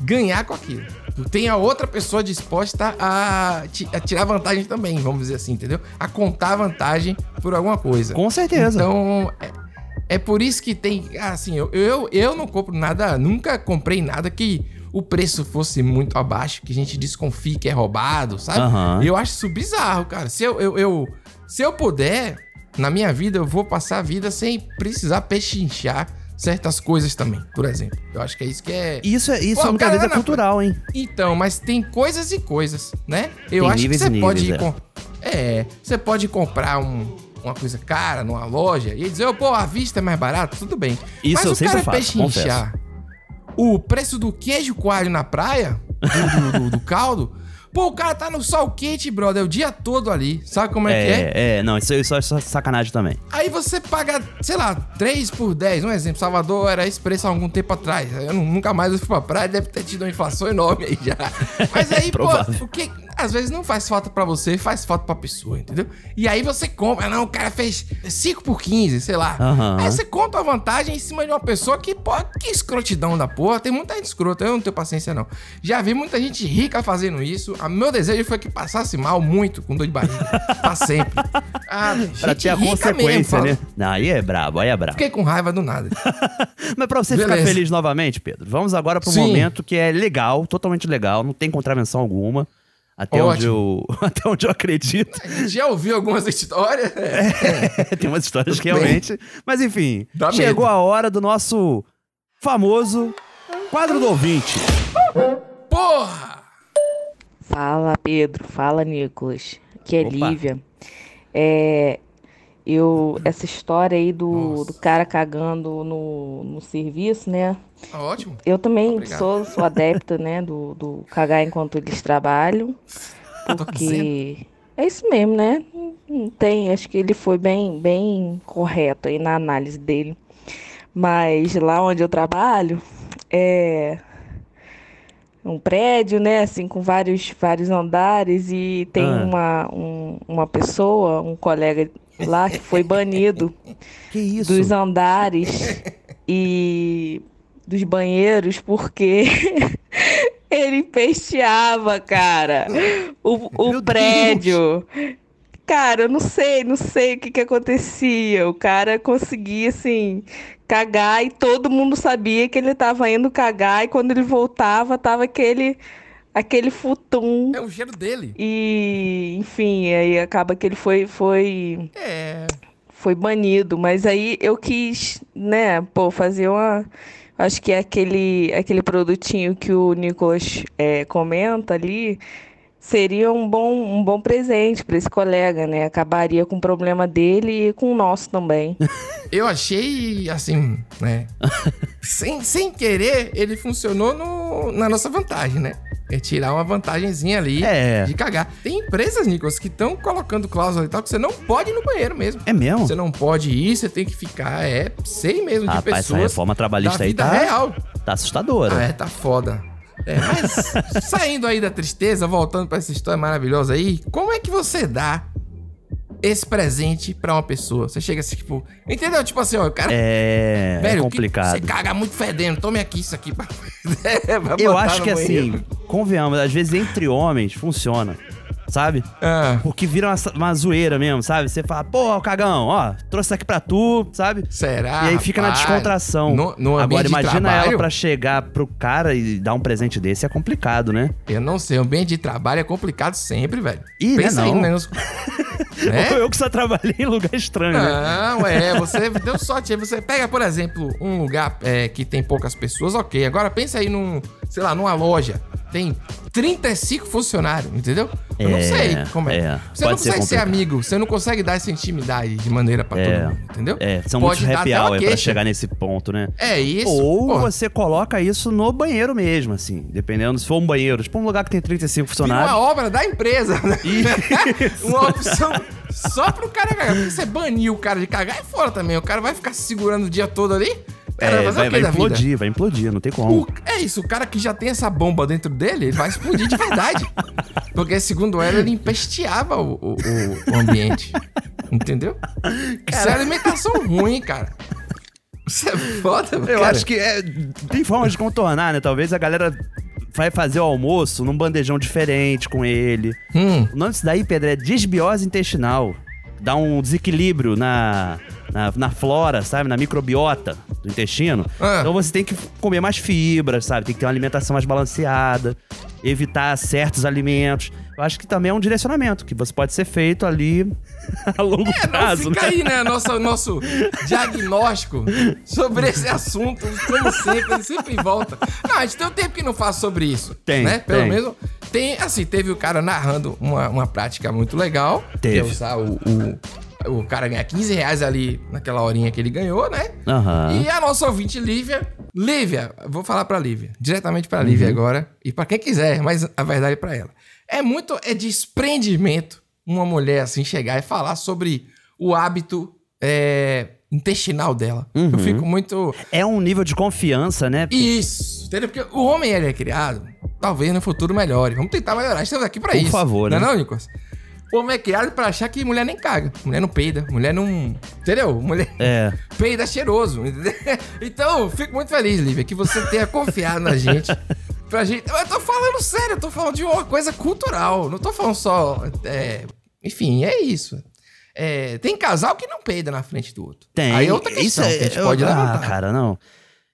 Speaker 2: ganhar com aquilo. Tem a outra pessoa disposta a, ti- a tirar vantagem também, vamos dizer assim, entendeu? A contar vantagem por alguma coisa.
Speaker 1: Com certeza.
Speaker 2: Então, é, é por isso que tem. Assim, eu, eu, eu não compro nada, nunca comprei nada que o preço fosse muito abaixo, que a gente desconfie que é roubado, sabe?
Speaker 1: Aham.
Speaker 2: E eu acho isso bizarro, cara. Se eu, eu, eu- se eu puder, na minha vida, eu vou passar a vida sem precisar pechinchar certas coisas também, por exemplo. Eu acho que é isso que é.
Speaker 1: Isso é, isso
Speaker 2: Pô,
Speaker 1: é muita
Speaker 2: cara,
Speaker 1: vez é
Speaker 2: não-
Speaker 1: cultural, hein?
Speaker 2: Então, mas tem coisas e coisas, né? Eu
Speaker 1: Tem
Speaker 2: acho que
Speaker 1: níveis
Speaker 2: você
Speaker 1: e níveis,
Speaker 2: pode
Speaker 1: é.
Speaker 2: ir com... É, você pode comprar um- uma coisa cara numa loja e dizer, "Ô, pô, à vista é mais barato, tudo bem.
Speaker 1: Isso
Speaker 2: mas
Speaker 1: eu
Speaker 2: o
Speaker 1: sempre
Speaker 2: cara
Speaker 1: faço,
Speaker 2: pechinchar o preço do queijo coalho na praia, do, do- do- do caldo, pô, o cara tá no sol quente, brother, o dia todo ali. Sabe como é, que é?
Speaker 1: É, é, não, isso, isso é só sacanagem também.
Speaker 2: Aí você paga, sei lá, 3 por 10. Um exemplo, Salvador era esse preço há algum tempo atrás. Eu nu- nunca mais eu fui pra praia, deve ter tido uma inflação enorme aí
Speaker 1: <laughs>
Speaker 2: já. Mas aí, pô,
Speaker 1: Provável.
Speaker 2: o que às vezes não faz falta pra você, faz falta pra pessoa, entendeu? E aí você compra, não, o cara fez 5 por 15, sei lá.
Speaker 1: Aham.
Speaker 2: Aí você conta a vantagem em cima de uma pessoa que, pô, que escrotidão da porra. Tem muita gente escrota, eu não tenho paciência não. Já vi muita gente rica fazendo isso. A meu desejo foi que passasse mal muito com dor de barriga. pra
Speaker 1: <laughs>
Speaker 2: sempre. Ah,
Speaker 1: Pra ter a consequência, né? Não, aí é brabo, aí é brabo.
Speaker 2: Fiquei com raiva do nada.
Speaker 1: Mas pra você ficar
Speaker 2: Beleza.
Speaker 1: feliz novamente, Pedro, vamos agora pro
Speaker 2: Sim.
Speaker 1: momento que é legal, totalmente legal, não tem contravenção alguma. Até
Speaker 2: Ótimo.
Speaker 1: onde, eu, <laughs> até onde eu acredito. <laughs>
Speaker 2: A gente <laughs> já ouviu algumas histórias.
Speaker 1: tem umas histórias que
Speaker 2: Bem.
Speaker 1: realmente. Mas enfim,
Speaker 2: Dá medo.
Speaker 1: chegou a hora do nosso famoso quadro do ouvinte.
Speaker 2: Porra!
Speaker 9: Fala Pedro, fala Nicolas, que é
Speaker 1: Opa.
Speaker 9: Lívia. É, eu, essa história aí do,
Speaker 2: Nossa.
Speaker 9: do cara cagando no, no serviço, né?
Speaker 2: Tá Ótimo.
Speaker 9: Eu também
Speaker 2: Obrigado.
Speaker 9: sou, sou adepta, né, do, do cagar enquanto eles trabalham,
Speaker 2: Tô dizendo.
Speaker 9: porque é isso mesmo, né? Não- Não tem, acho que ele foi bem, bem correto aí na análise dele. Mas lá onde eu trabalho, é um prédio, né, assim, com vários, vários andares e tem
Speaker 1: Ah.
Speaker 9: uma, um- uma pessoa, um colega lá que foi banido
Speaker 1: Que isso?
Speaker 9: dos andares <laughs> e dos banheiros porque <laughs> ele pesteava, cara, o, o
Speaker 1: Meu
Speaker 9: prédio. Cara, eu não sei, não sei o que que acontecia. O cara conseguia, assim, cagar e todo mundo sabia que ele tava indo cagar e quando ele voltava tava aquele, aquele futum
Speaker 2: É o cheiro dele.
Speaker 9: e, enfim, aí acaba que ele foi, foi
Speaker 2: É.
Speaker 9: foi banido, mas aí eu quis, né, pô, fazer uma. Acho que é aquele, aquele produtinho que o Nicolas é, comenta ali seria um bom, um bom presente para esse colega, né? Acabaria com o problema dele e com o nosso também.
Speaker 2: Eu achei, assim,
Speaker 1: <laughs>
Speaker 2: né? sem, sem querer, ele funcionou no- na nossa vantagem, né? É tirar uma vantagenzinha ali
Speaker 1: É.
Speaker 2: de cagar. Tem empresas, Nicolas, que estão colocando cláusula e tal que você não pode ir no banheiro mesmo.
Speaker 1: É mesmo?
Speaker 2: Você não pode ir, você tem que ficar, é, sei mesmo, de
Speaker 1: Rapaz, essa
Speaker 2: pessoas
Speaker 1: reforma
Speaker 2: da
Speaker 1: trabalhista aí
Speaker 2: vida
Speaker 1: tá,
Speaker 2: real.
Speaker 1: tá assustadora.
Speaker 2: Ah, é, tá foda. É,
Speaker 1: <laughs>
Speaker 2: mas saindo aí da tristeza, voltando pra essa história maravilhosa aí, como é que você dá esse presente pra uma pessoa? Você chega assim, tipo, entendeu? Tipo assim, ó, o cara.
Speaker 1: É, é
Speaker 2: o que-
Speaker 1: complicado.
Speaker 2: Você caga muito fedendo, tome aqui isso aqui. Pra, <laughs> É, pra
Speaker 1: Eu
Speaker 2: botar
Speaker 1: acho
Speaker 2: no
Speaker 1: que
Speaker 2: banheiro.
Speaker 1: assim, convenhamos, às vezes entre homens funciona, sabe?
Speaker 2: Ah,
Speaker 1: Porque vira uma, uma zoeira mesmo, sabe? Você fala, porra, o cagão, ó, trouxe isso aqui pra tu, sabe?
Speaker 2: será?
Speaker 1: e aí fica na
Speaker 2: Ah, rapaz?
Speaker 1: descontração.
Speaker 2: No, no
Speaker 1: Agora
Speaker 2: ambiente de
Speaker 1: imagina
Speaker 2: trabalho,
Speaker 1: ela pra chegar pro cara e dar um presente desse, é complicado, né?
Speaker 2: Eu não sei, o ambiente de trabalho é complicado sempre, velho.
Speaker 1: Ih, né,
Speaker 2: aí
Speaker 1: não. <laughs>
Speaker 2: no negócio. né?
Speaker 1: Ou <laughs> eu que só trabalhei em lugar estranho, né?
Speaker 2: Não, é, você deu sorte aí. Você pega, por exemplo, um lugar é, que tem poucas pessoas, ok. Agora pensa aí num, sei lá, numa loja. Tem 35 funcionários, entendeu? Eu não
Speaker 1: É,
Speaker 2: sei como é.
Speaker 1: é.
Speaker 2: Você não
Speaker 1: Pode ser
Speaker 2: consegue ser
Speaker 1: complicado.
Speaker 2: amigo, você não consegue dar essa intimidade de maneira pra
Speaker 1: É.
Speaker 2: todo mundo, entendeu?
Speaker 1: É, são
Speaker 2: Pode
Speaker 1: muitos
Speaker 2: dar
Speaker 1: happy
Speaker 2: até uma
Speaker 1: hour pra
Speaker 2: queixa.
Speaker 1: chegar nesse ponto, né?
Speaker 2: É isso.
Speaker 1: Ou
Speaker 2: pô,
Speaker 1: você coloca isso no banheiro mesmo, assim, dependendo se for um banheiro, tipo um lugar que tem 35
Speaker 2: vira
Speaker 1: funcionários.
Speaker 2: uma obra da empresa, né?
Speaker 1: <laughs>
Speaker 2: <laughs>
Speaker 1: Isso.
Speaker 2: uma opção só pro cara cagar. Porque você banir o cara de cagar é fora também. O cara vai ficar se segurando o dia todo ali. O cara
Speaker 1: É,
Speaker 2: fazer o
Speaker 1: vai,
Speaker 2: quê
Speaker 1: vai
Speaker 2: da vida?
Speaker 1: implodir, vai implodir, não tem como.
Speaker 2: O- é isso, o cara que já tem essa bomba dentro dele, ele vai explodir
Speaker 1: <laughs>
Speaker 2: de verdade. Porque, segundo ela, ele empesteava o, o- o- o ambiente. Entendeu? Isso é alimentação ruim, cara. Isso é foda,
Speaker 1: Eu
Speaker 2: cara.
Speaker 1: acho que é, tem formas de contornar, né? Talvez a galera vai fazer o almoço num bandejão diferente com ele.
Speaker 2: Hum,
Speaker 1: O nome disso daí, Pedro, é desbiose intestinal. Dá um desequilíbrio na, na, na flora, sabe? Na microbiota do intestino.
Speaker 2: Ah.
Speaker 1: Então você tem que comer mais fibras, sabe? Tem que ter uma alimentação mais balanceada, evitar certos alimentos. Eu acho que também é um direcionamento que você pode ser feito ali <laughs> a longo prazo,
Speaker 2: É, fica
Speaker 1: né?
Speaker 2: aí, né, nosso, nosso diagnóstico sobre esse assunto, como sempre, ele sempre volta. Não, a gente tem um tempo que não faz sobre isso.
Speaker 1: Tem,
Speaker 2: né? Pelo
Speaker 1: tem.
Speaker 2: menos, tem, assim, teve o cara narrando uma, uma prática muito legal.
Speaker 1: Teve.
Speaker 2: Que é usar o, o, o cara ganhar 15 reais ali naquela horinha que ele ganhou, né?
Speaker 1: Aham.
Speaker 2: E a nossa ouvinte Lívia. Lívia, vou falar pra Lívia, diretamente pra
Speaker 1: Uhum.
Speaker 2: Lívia agora e pra quem quiser, mas a verdade é pra ela. É muito é desprendimento uma mulher assim chegar e falar sobre o hábito é, intestinal dela.
Speaker 1: Uhum.
Speaker 2: Eu fico muito
Speaker 1: É um nível de confiança, né?
Speaker 2: isso, entendeu? Porque o homem ele é criado, talvez no futuro melhore. Vamos tentar melhorar, estamos aqui pra
Speaker 1: Por
Speaker 2: isso.
Speaker 1: favor,
Speaker 2: não é
Speaker 1: né?
Speaker 2: não, Nicolas? O homem é criado pra achar que mulher nem caga, mulher não peida, mulher não, entendeu? Mulher
Speaker 1: É.
Speaker 2: peida cheiroso. <laughs> entendeu? Então, fico muito feliz, Lívia, que você tenha confiado na gente. Pra gente. Eu tô falando sério, eu tô falando de uma coisa cultural. Não tô falando só. é, Enfim, é isso. É, tem casal que não peida na frente do outro.
Speaker 1: Tem.
Speaker 2: Aí é outra questão que a gente
Speaker 1: eu-
Speaker 2: pode
Speaker 1: ah,
Speaker 2: levantar.
Speaker 1: cara, não.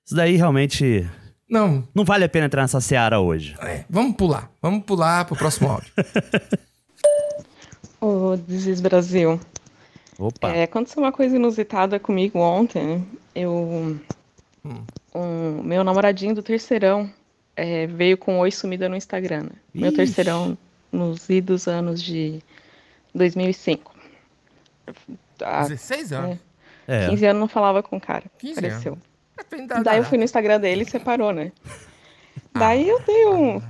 Speaker 1: Isso daí realmente
Speaker 2: Não,
Speaker 1: não vale a pena entrar nessa seara hoje.
Speaker 2: é, vamos pular. Vamos pular pro próximo áudio.
Speaker 10: Ô, Desis Brasil.
Speaker 1: Opa.
Speaker 10: É, aconteceu uma coisa inusitada comigo ontem. né? Eu. um- meu namoradinho do terceirão é, veio com oi sumida no Instagram. né? Meu
Speaker 1: Ixi.
Speaker 10: terceirão nos idos anos de 2005. Há
Speaker 2: 16 anos.
Speaker 1: É.
Speaker 10: 15 anos não falava com o cara.
Speaker 2: 15
Speaker 10: pareceu.
Speaker 2: Depende da-
Speaker 10: Daí eu
Speaker 2: da-
Speaker 10: fui no Instagram dele e separou, né? Daí eu dei um.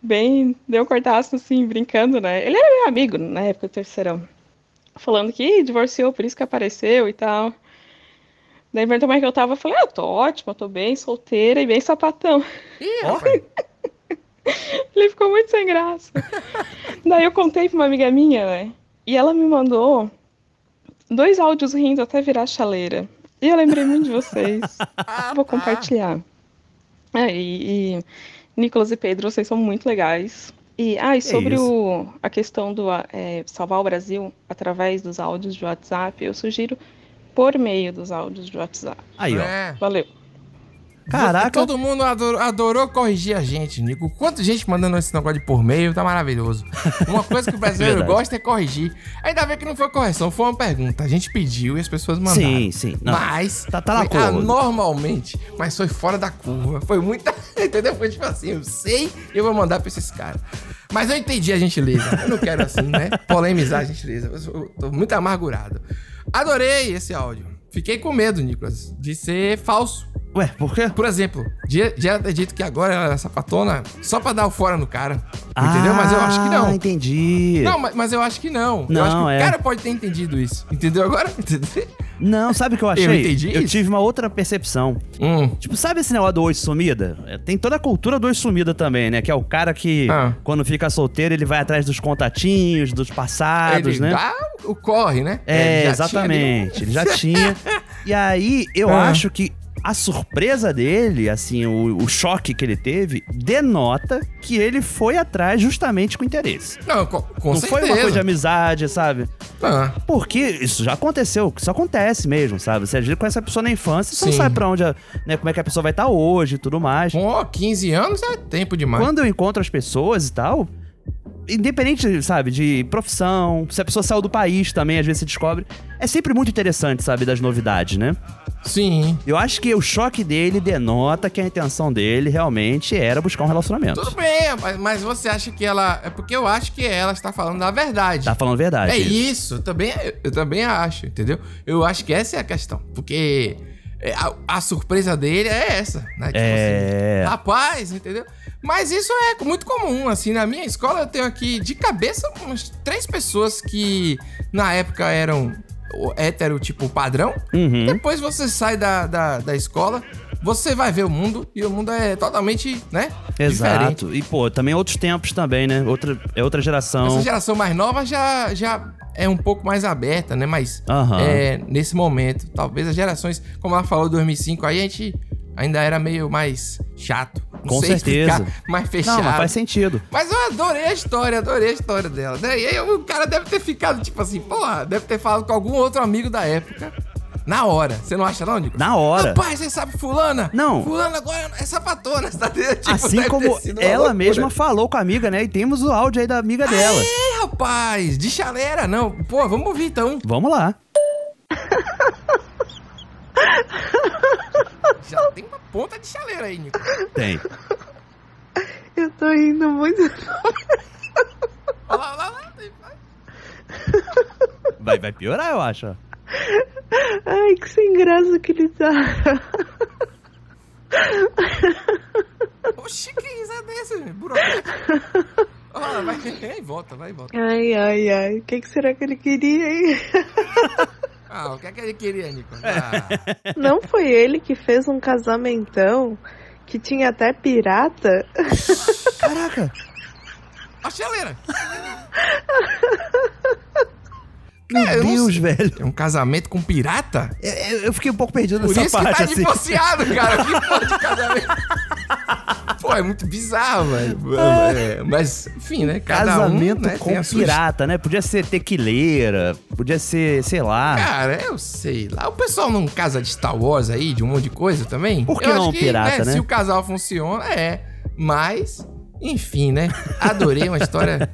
Speaker 10: Bem, deu um cortaço assim, brincando, né? Ele era meu amigo na época do terceirão. Falando que "Ih, divorciou, por isso que apareceu e tal. Daí perguntou como é que eu tava. Eu falei, ah, eu tô ótima, tô bem, solteira e bem sapatão.
Speaker 2: Ih, rapaz.
Speaker 10: <laughs> Ele ficou muito sem graça. Daí eu contei pra uma amiga minha, né? E ela me mandou dois áudios rindo até virar chaleira. E eu lembrei muito de vocês.
Speaker 11: Ah,
Speaker 9: Ah,
Speaker 10: Vou
Speaker 11: tá.
Speaker 10: compartilhar. É, e, e Nicolas e Pedro, vocês são muito legais. E, ah, e sobre
Speaker 1: isso.
Speaker 10: o- a questão do ah, é, salvar o Brasil através dos áudios de WhatsApp, eu sugiro por meio dos áudios de WhatsApp.
Speaker 1: Aí, ó.
Speaker 2: É.
Speaker 10: Valeu.
Speaker 1: Caraca.
Speaker 2: Todo mundo adorou, adorou corrigir a gente, Nico. Quanta gente mandando esse negócio de por meio, tá maravilhoso. Uma coisa que o
Speaker 1: <laughs>
Speaker 2: brasileiro
Speaker 1: Verdade.
Speaker 2: gosta é corrigir. Ainda bem que não foi correção, foi uma pergunta. A gente pediu e as pessoas mandaram.
Speaker 1: Sim, sim. Não.
Speaker 2: Mas.
Speaker 1: Tá- tá na
Speaker 2: foi
Speaker 1: curva.
Speaker 2: Anormalmente, mas foi fora da curva. Foi muita. <laughs> Entendeu? Foi tipo assim, eu sei, eu vou mandar pra esses caras. Mas eu entendi a gentileza. Eu não quero assim, né? Polemizar a gentileza. Eu sou- eu tô muito amargurado. Adorei esse áudio. Fiquei com medo, Nicolas, de ser falso.
Speaker 1: Ué, por quê?
Speaker 2: Por exemplo, já já ter dito que agora ela é sapatona só pra dar o fora no cara. Entendeu?
Speaker 1: Ah,
Speaker 2: Mas eu acho que não.
Speaker 1: entendi.
Speaker 2: Não, mas, mas eu acho que não. eu
Speaker 1: Não,
Speaker 2: acho que
Speaker 1: é.
Speaker 2: o cara pode ter entendido isso. Entendeu agora? <laughs> Entendeu?
Speaker 1: Não, sabe o que eu achei?
Speaker 2: entendi
Speaker 1: Eu
Speaker 2: isso.
Speaker 1: tive uma outra percepção.
Speaker 2: Hum.
Speaker 1: Tipo, sabe esse negócio do oi sumida? É, Tem toda a cultura do oi sumida também, né? Que é o cara que,
Speaker 2: Ah.
Speaker 1: quando fica solteiro, ele vai atrás dos contatinhos, dos passados,
Speaker 2: Ele
Speaker 1: né?
Speaker 2: dá o corre, né? Ele já tinha
Speaker 1: É,
Speaker 2: ali um-
Speaker 1: exatamente. Ele já tinha. E aí, eu
Speaker 2: Ah.
Speaker 1: acho que a surpresa dele, assim, o, o choque que ele teve, denota que ele foi atrás justamente com interesse.
Speaker 2: um- Não, com, com
Speaker 1: Não
Speaker 2: certeza.
Speaker 1: foi uma coisa de amizade, sabe?
Speaker 2: Ah,
Speaker 1: Porque isso já aconteceu, isso acontece mesmo, sabe? Você às vezes conhece a pessoa na infância, você não
Speaker 2: Sim.
Speaker 1: sabe pra onde, a- né, como é que a pessoa vai estar hoje e tudo mais.
Speaker 2: com 15 anos é tempo demais.
Speaker 1: Quando eu encontro as pessoas e tal, independente, sabe, de profissão, se a pessoa saiu do país também, às vezes se descobre, é sempre muito interessante, sabe, das novidades, né?
Speaker 2: Sim.
Speaker 1: Eu acho que o choque dele denota que a intenção dele realmente era buscar um relacionamento.
Speaker 2: Tudo bem, mas, mas você acha que ela. É porque eu acho que ela está falando da verdade.
Speaker 1: Tá falando a verdade.
Speaker 2: É isso, eu também, eu também acho, entendeu? Eu acho que essa é a questão, porque é, a, a surpresa dele é essa, né? Tipo
Speaker 1: É.
Speaker 2: assim, rapaz, entendeu? Mas isso é muito comum, assim, na minha escola eu tenho aqui de cabeça umas três pessoas que na época eram o- hétero, tipo, padrão.
Speaker 1: Uhum.
Speaker 2: Depois você sai da, da, da escola, você vai ver o mundo e o mundo é totalmente, né? diferente.
Speaker 1: Exato. E, pô, também outros tempos também, né? Outra, é outra é geração.
Speaker 2: Essa geração mais nova já, já é um pouco mais aberta, né? Mas
Speaker 1: Aham.
Speaker 2: é, nesse momento, talvez as gerações, como ela falou, 2005, aí a gente ainda era meio mais chato. Não
Speaker 1: Com
Speaker 2: sei
Speaker 1: certeza.
Speaker 2: explicar, mais fechado.
Speaker 1: Não, mas faz
Speaker 2: mas,
Speaker 1: sentido.
Speaker 2: eu adorei a história, adorei a história dela, né? E aí o cara deve ter ficado tipo assim, porra, deve ter falado com algum outro amigo da época. Na hora. Você não acha não, Nico?
Speaker 1: Na hora.
Speaker 2: Rapaz, você sabe fulana?
Speaker 1: Não.
Speaker 2: Fulana agora é sapatona, <laughs> tá? <laughs> Tipo, deve
Speaker 1: assim
Speaker 2: ter
Speaker 1: como
Speaker 2: sido uma
Speaker 1: ela
Speaker 2: loucura.
Speaker 1: mesma falou com a amiga, né? E temos o áudio aí da amiga dela.
Speaker 2: Ei, rapaz, de chalera, não. Pô, vamos ouvir então.
Speaker 1: Vamos lá.
Speaker 2: Já tem uma ponta de chaleira aí, Nico.
Speaker 1: Tem.
Speaker 11: Eu tô rindo muito.
Speaker 2: Olha lá, olha lá.
Speaker 1: Vai, vai piorar, eu acho. ó.
Speaker 11: Ai, que sem graça que ele tá.
Speaker 2: Oxi, que risada é essa, gente? Burocrático. Olha lá, vai. Ei, volta, vai, volta.
Speaker 11: Ai, ai, ai. O que, que será que ele queria, hein?
Speaker 2: Ah, o que é que ele queria, Nico? Ah,
Speaker 11: Não foi ele que fez um casamentão que tinha até pirata?
Speaker 1: Caraca.
Speaker 2: a chaleira.
Speaker 1: Meu
Speaker 2: É, eu não
Speaker 1: Deus,
Speaker 2: sei.
Speaker 1: velho.
Speaker 2: É um casamento com pirata?
Speaker 1: Eu, eu fiquei um pouco perdido
Speaker 2: Por
Speaker 1: nessa
Speaker 2: isso que
Speaker 1: parte,
Speaker 2: tá
Speaker 1: assim.
Speaker 2: divorciado, cara. Que porra de casamento. Pô, é muito bizarro, velho. É, mas, enfim, né? Cada
Speaker 1: Ah. Casamento
Speaker 2: um, né, tem a
Speaker 1: com
Speaker 2: sua
Speaker 1: pirata, né? Podia ser tequileira, podia ser, sei lá.
Speaker 2: Cara, eu sei lá. O pessoal não casa de Star Wars aí, de um monte de coisa também?
Speaker 1: Por que
Speaker 2: eu
Speaker 1: não pirata, né?
Speaker 2: Se o casal funciona, é. Mas, enfim, né? Adorei uma
Speaker 1: <laughs>
Speaker 2: história.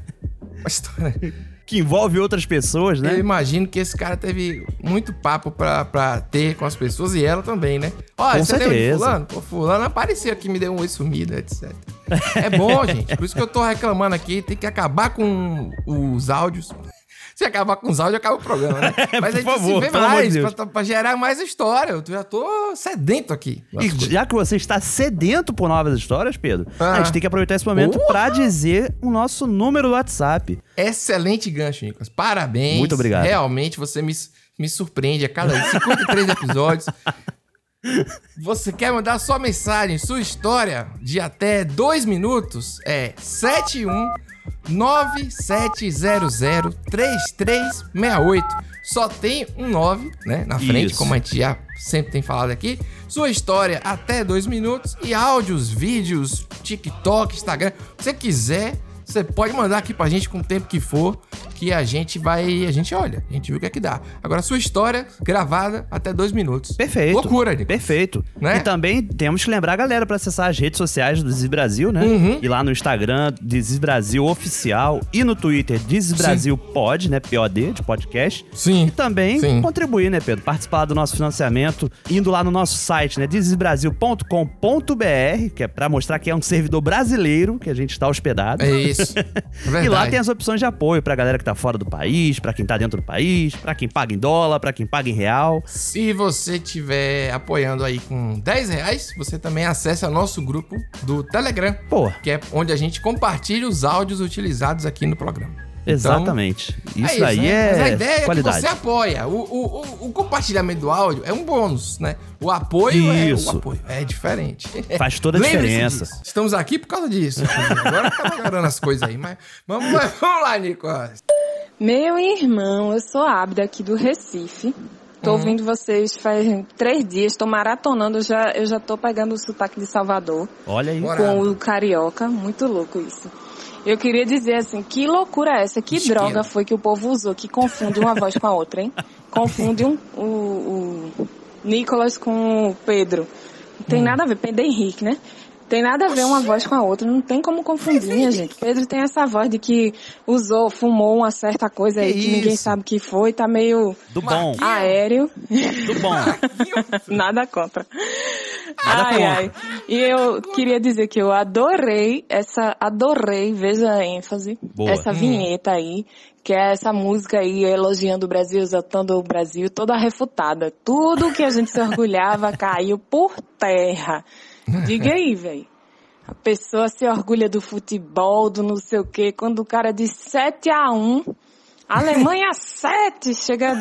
Speaker 2: Uma história.
Speaker 1: que envolve outras pessoas,
Speaker 2: Eu
Speaker 1: né?
Speaker 2: imagino que esse cara teve muito papo pra, pra ter com as pessoas e ela também, né? Olha,
Speaker 1: Com
Speaker 2: você lembra de
Speaker 1: certeza.
Speaker 2: fulano? Pô, fulano apareceu aqui, me deu um oi sumido, etc. É bom, <laughs> gente. Por isso que eu tô reclamando aqui. Tem que acabar com os áudios. <laughs> Se acabar com os áudios, acaba o programa, né? Mas a gente
Speaker 1: <laughs> Por favor,
Speaker 2: se vê
Speaker 1: pelo amor
Speaker 2: mais,
Speaker 1: de Deus.
Speaker 2: pra, pra gerar mais história. Eu já tô sedento aqui.
Speaker 1: E já que você está sedento por novas histórias, Pedro,
Speaker 2: Ah.
Speaker 1: a gente tem que aproveitar esse momento
Speaker 2: Porra!
Speaker 1: pra dizer o nosso número do WhatsApp.
Speaker 2: Excelente gancho, Nicolas. Parabéns.
Speaker 1: Muito obrigado.
Speaker 2: Realmente você me, me surpreende a cada 53 episódios. Você quer mandar sua mensagem, sua história de até dois minutos? É 71 3368 Só tem um 9, né? Na frente,
Speaker 1: Isso.
Speaker 2: como a gente já sempre tem falado aqui. Sua história até dois minutos e áudios, vídeos, TikTok, Instagram. Se você quiser, você pode mandar aqui pra gente com o tempo que for, que a gente vai. A gente olha, a gente vê o que é que dá. Agora, sua história gravada até dois minutos.
Speaker 1: Perfeito.
Speaker 2: Loucura, Nico.
Speaker 1: Perfeito.
Speaker 2: Né?
Speaker 1: E também temos que lembrar a galera pra acessar as redes sociais do Diz Brasil, né?
Speaker 2: Uhum.
Speaker 1: E lá no Instagram, Diz Brasil Oficial, e no Twitter, Diz Brasil Pod, né? POD, de podcast.
Speaker 2: Sim.
Speaker 1: E também
Speaker 2: Sim.
Speaker 1: contribuir, né, Pedro? Participar do nosso financiamento, indo lá no nosso site, né, dizesbrasil.com.br, que é pra mostrar que é um servidor brasileiro que a gente está hospedado.
Speaker 2: É isso. Verdade.
Speaker 1: <laughs> E lá tem as opções de apoio pra galera que tá fora do país, pra quem tá dentro do país, pra quem paga em dólar, pra quem paga em real.
Speaker 2: Se você tiver apoiando aí com 10 reais, você também acessa nosso grupo do Telegram,
Speaker 1: Pô,
Speaker 2: que é onde a gente compartilha os áudios utilizados aqui no programa. Então,
Speaker 1: exatamente. Isso
Speaker 2: aí
Speaker 1: aí
Speaker 2: é Mas a
Speaker 1: é,
Speaker 2: ideia é que
Speaker 1: qualidade.
Speaker 2: você apoia. O, o- o- o compartilhamento do áudio é um bônus, né? O apoio é
Speaker 1: Isso.
Speaker 2: o apoio. É diferente.
Speaker 1: Faz toda a
Speaker 2: Lembre-se
Speaker 1: diferença.
Speaker 2: disso. Estamos aqui por causa disso. Agora tá melhorando as coisas aí, mas vamos, lá- vamos lá, Nicolas.
Speaker 12: Meu irmão, eu sou a Abda aqui do Recife. Tô ouvindo vocês faz três dias, tô maratonando, já, eu já tô pegando o sotaque de Salvador
Speaker 1: Olha aí.
Speaker 2: Bora.
Speaker 12: com o carioca. Muito louco isso. Eu queria dizer assim, que loucura é essa? Que
Speaker 2: Esquerda.
Speaker 12: droga foi que o povo usou que confunde uma voz com a outra, hein? Confunde um, o, o Nicolas com o Pedro. Não
Speaker 1: Hum.
Speaker 12: tem nada a ver, Pedro Henrique, né? Tem nada a ver uma voz com a outra, não tem como confundir, minha gente. Pedro tem essa voz de que usou, fumou uma certa coisa aí
Speaker 1: Que
Speaker 12: que ninguém
Speaker 1: isso?
Speaker 12: sabe o que foi, tá meio
Speaker 1: Do bom,
Speaker 12: aéreo.
Speaker 1: do bom.
Speaker 12: <laughs> Nada contra.
Speaker 1: Nada
Speaker 12: ai,
Speaker 1: contra.
Speaker 12: ai. E eu queria dizer que eu adorei essa, adorei, veja a ênfase,
Speaker 1: Boa.
Speaker 12: essa vinheta aí, que é essa música aí elogiando o Brasil, exaltando o Brasil, toda refutada. Tudo que a gente se orgulhava caiu por terra. Diga aí, velho. A pessoa se orgulha do futebol, do não sei o quê, quando o cara diz 7 a 1 Alemanha 7, chega,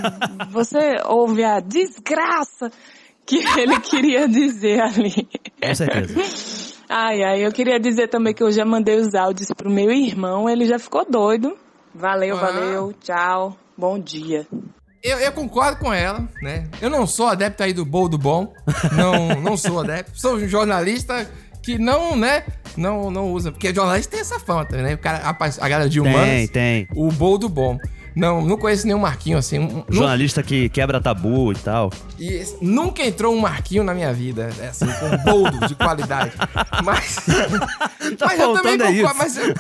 Speaker 12: você ouve a desgraça que ele queria dizer ali.
Speaker 1: Com certeza.
Speaker 2: <laughs>
Speaker 12: Ai, ai, eu queria dizer também que eu já mandei os áudios pro meu irmão, ele já ficou doido. Valeu,
Speaker 2: Ah.
Speaker 12: valeu, tchau. Bom dia.
Speaker 2: Eu, eu concordo com ela, né? Eu não sou adepto aí do bom do bom.
Speaker 1: <laughs>
Speaker 2: Não, não sou adepto. Sou um jornalista que não, né? Não, não usa. Porque jornalista tem essa fama também, né? O cara, a, a galera de humanas.
Speaker 1: Tem, tem.
Speaker 2: O bom do bom. Não, não conheço nenhum Marquinho assim. Um- nu-
Speaker 1: Jornalista que quebra tabu e tal.
Speaker 2: e esse- nunca entrou um Marquinho na minha vida, é assim, com um boldo de
Speaker 1: <laughs>
Speaker 2: qualidade. Mas. <laughs> mas eu também
Speaker 1: faltando é
Speaker 2: concordo.
Speaker 1: isso. É.
Speaker 2: Mas eu,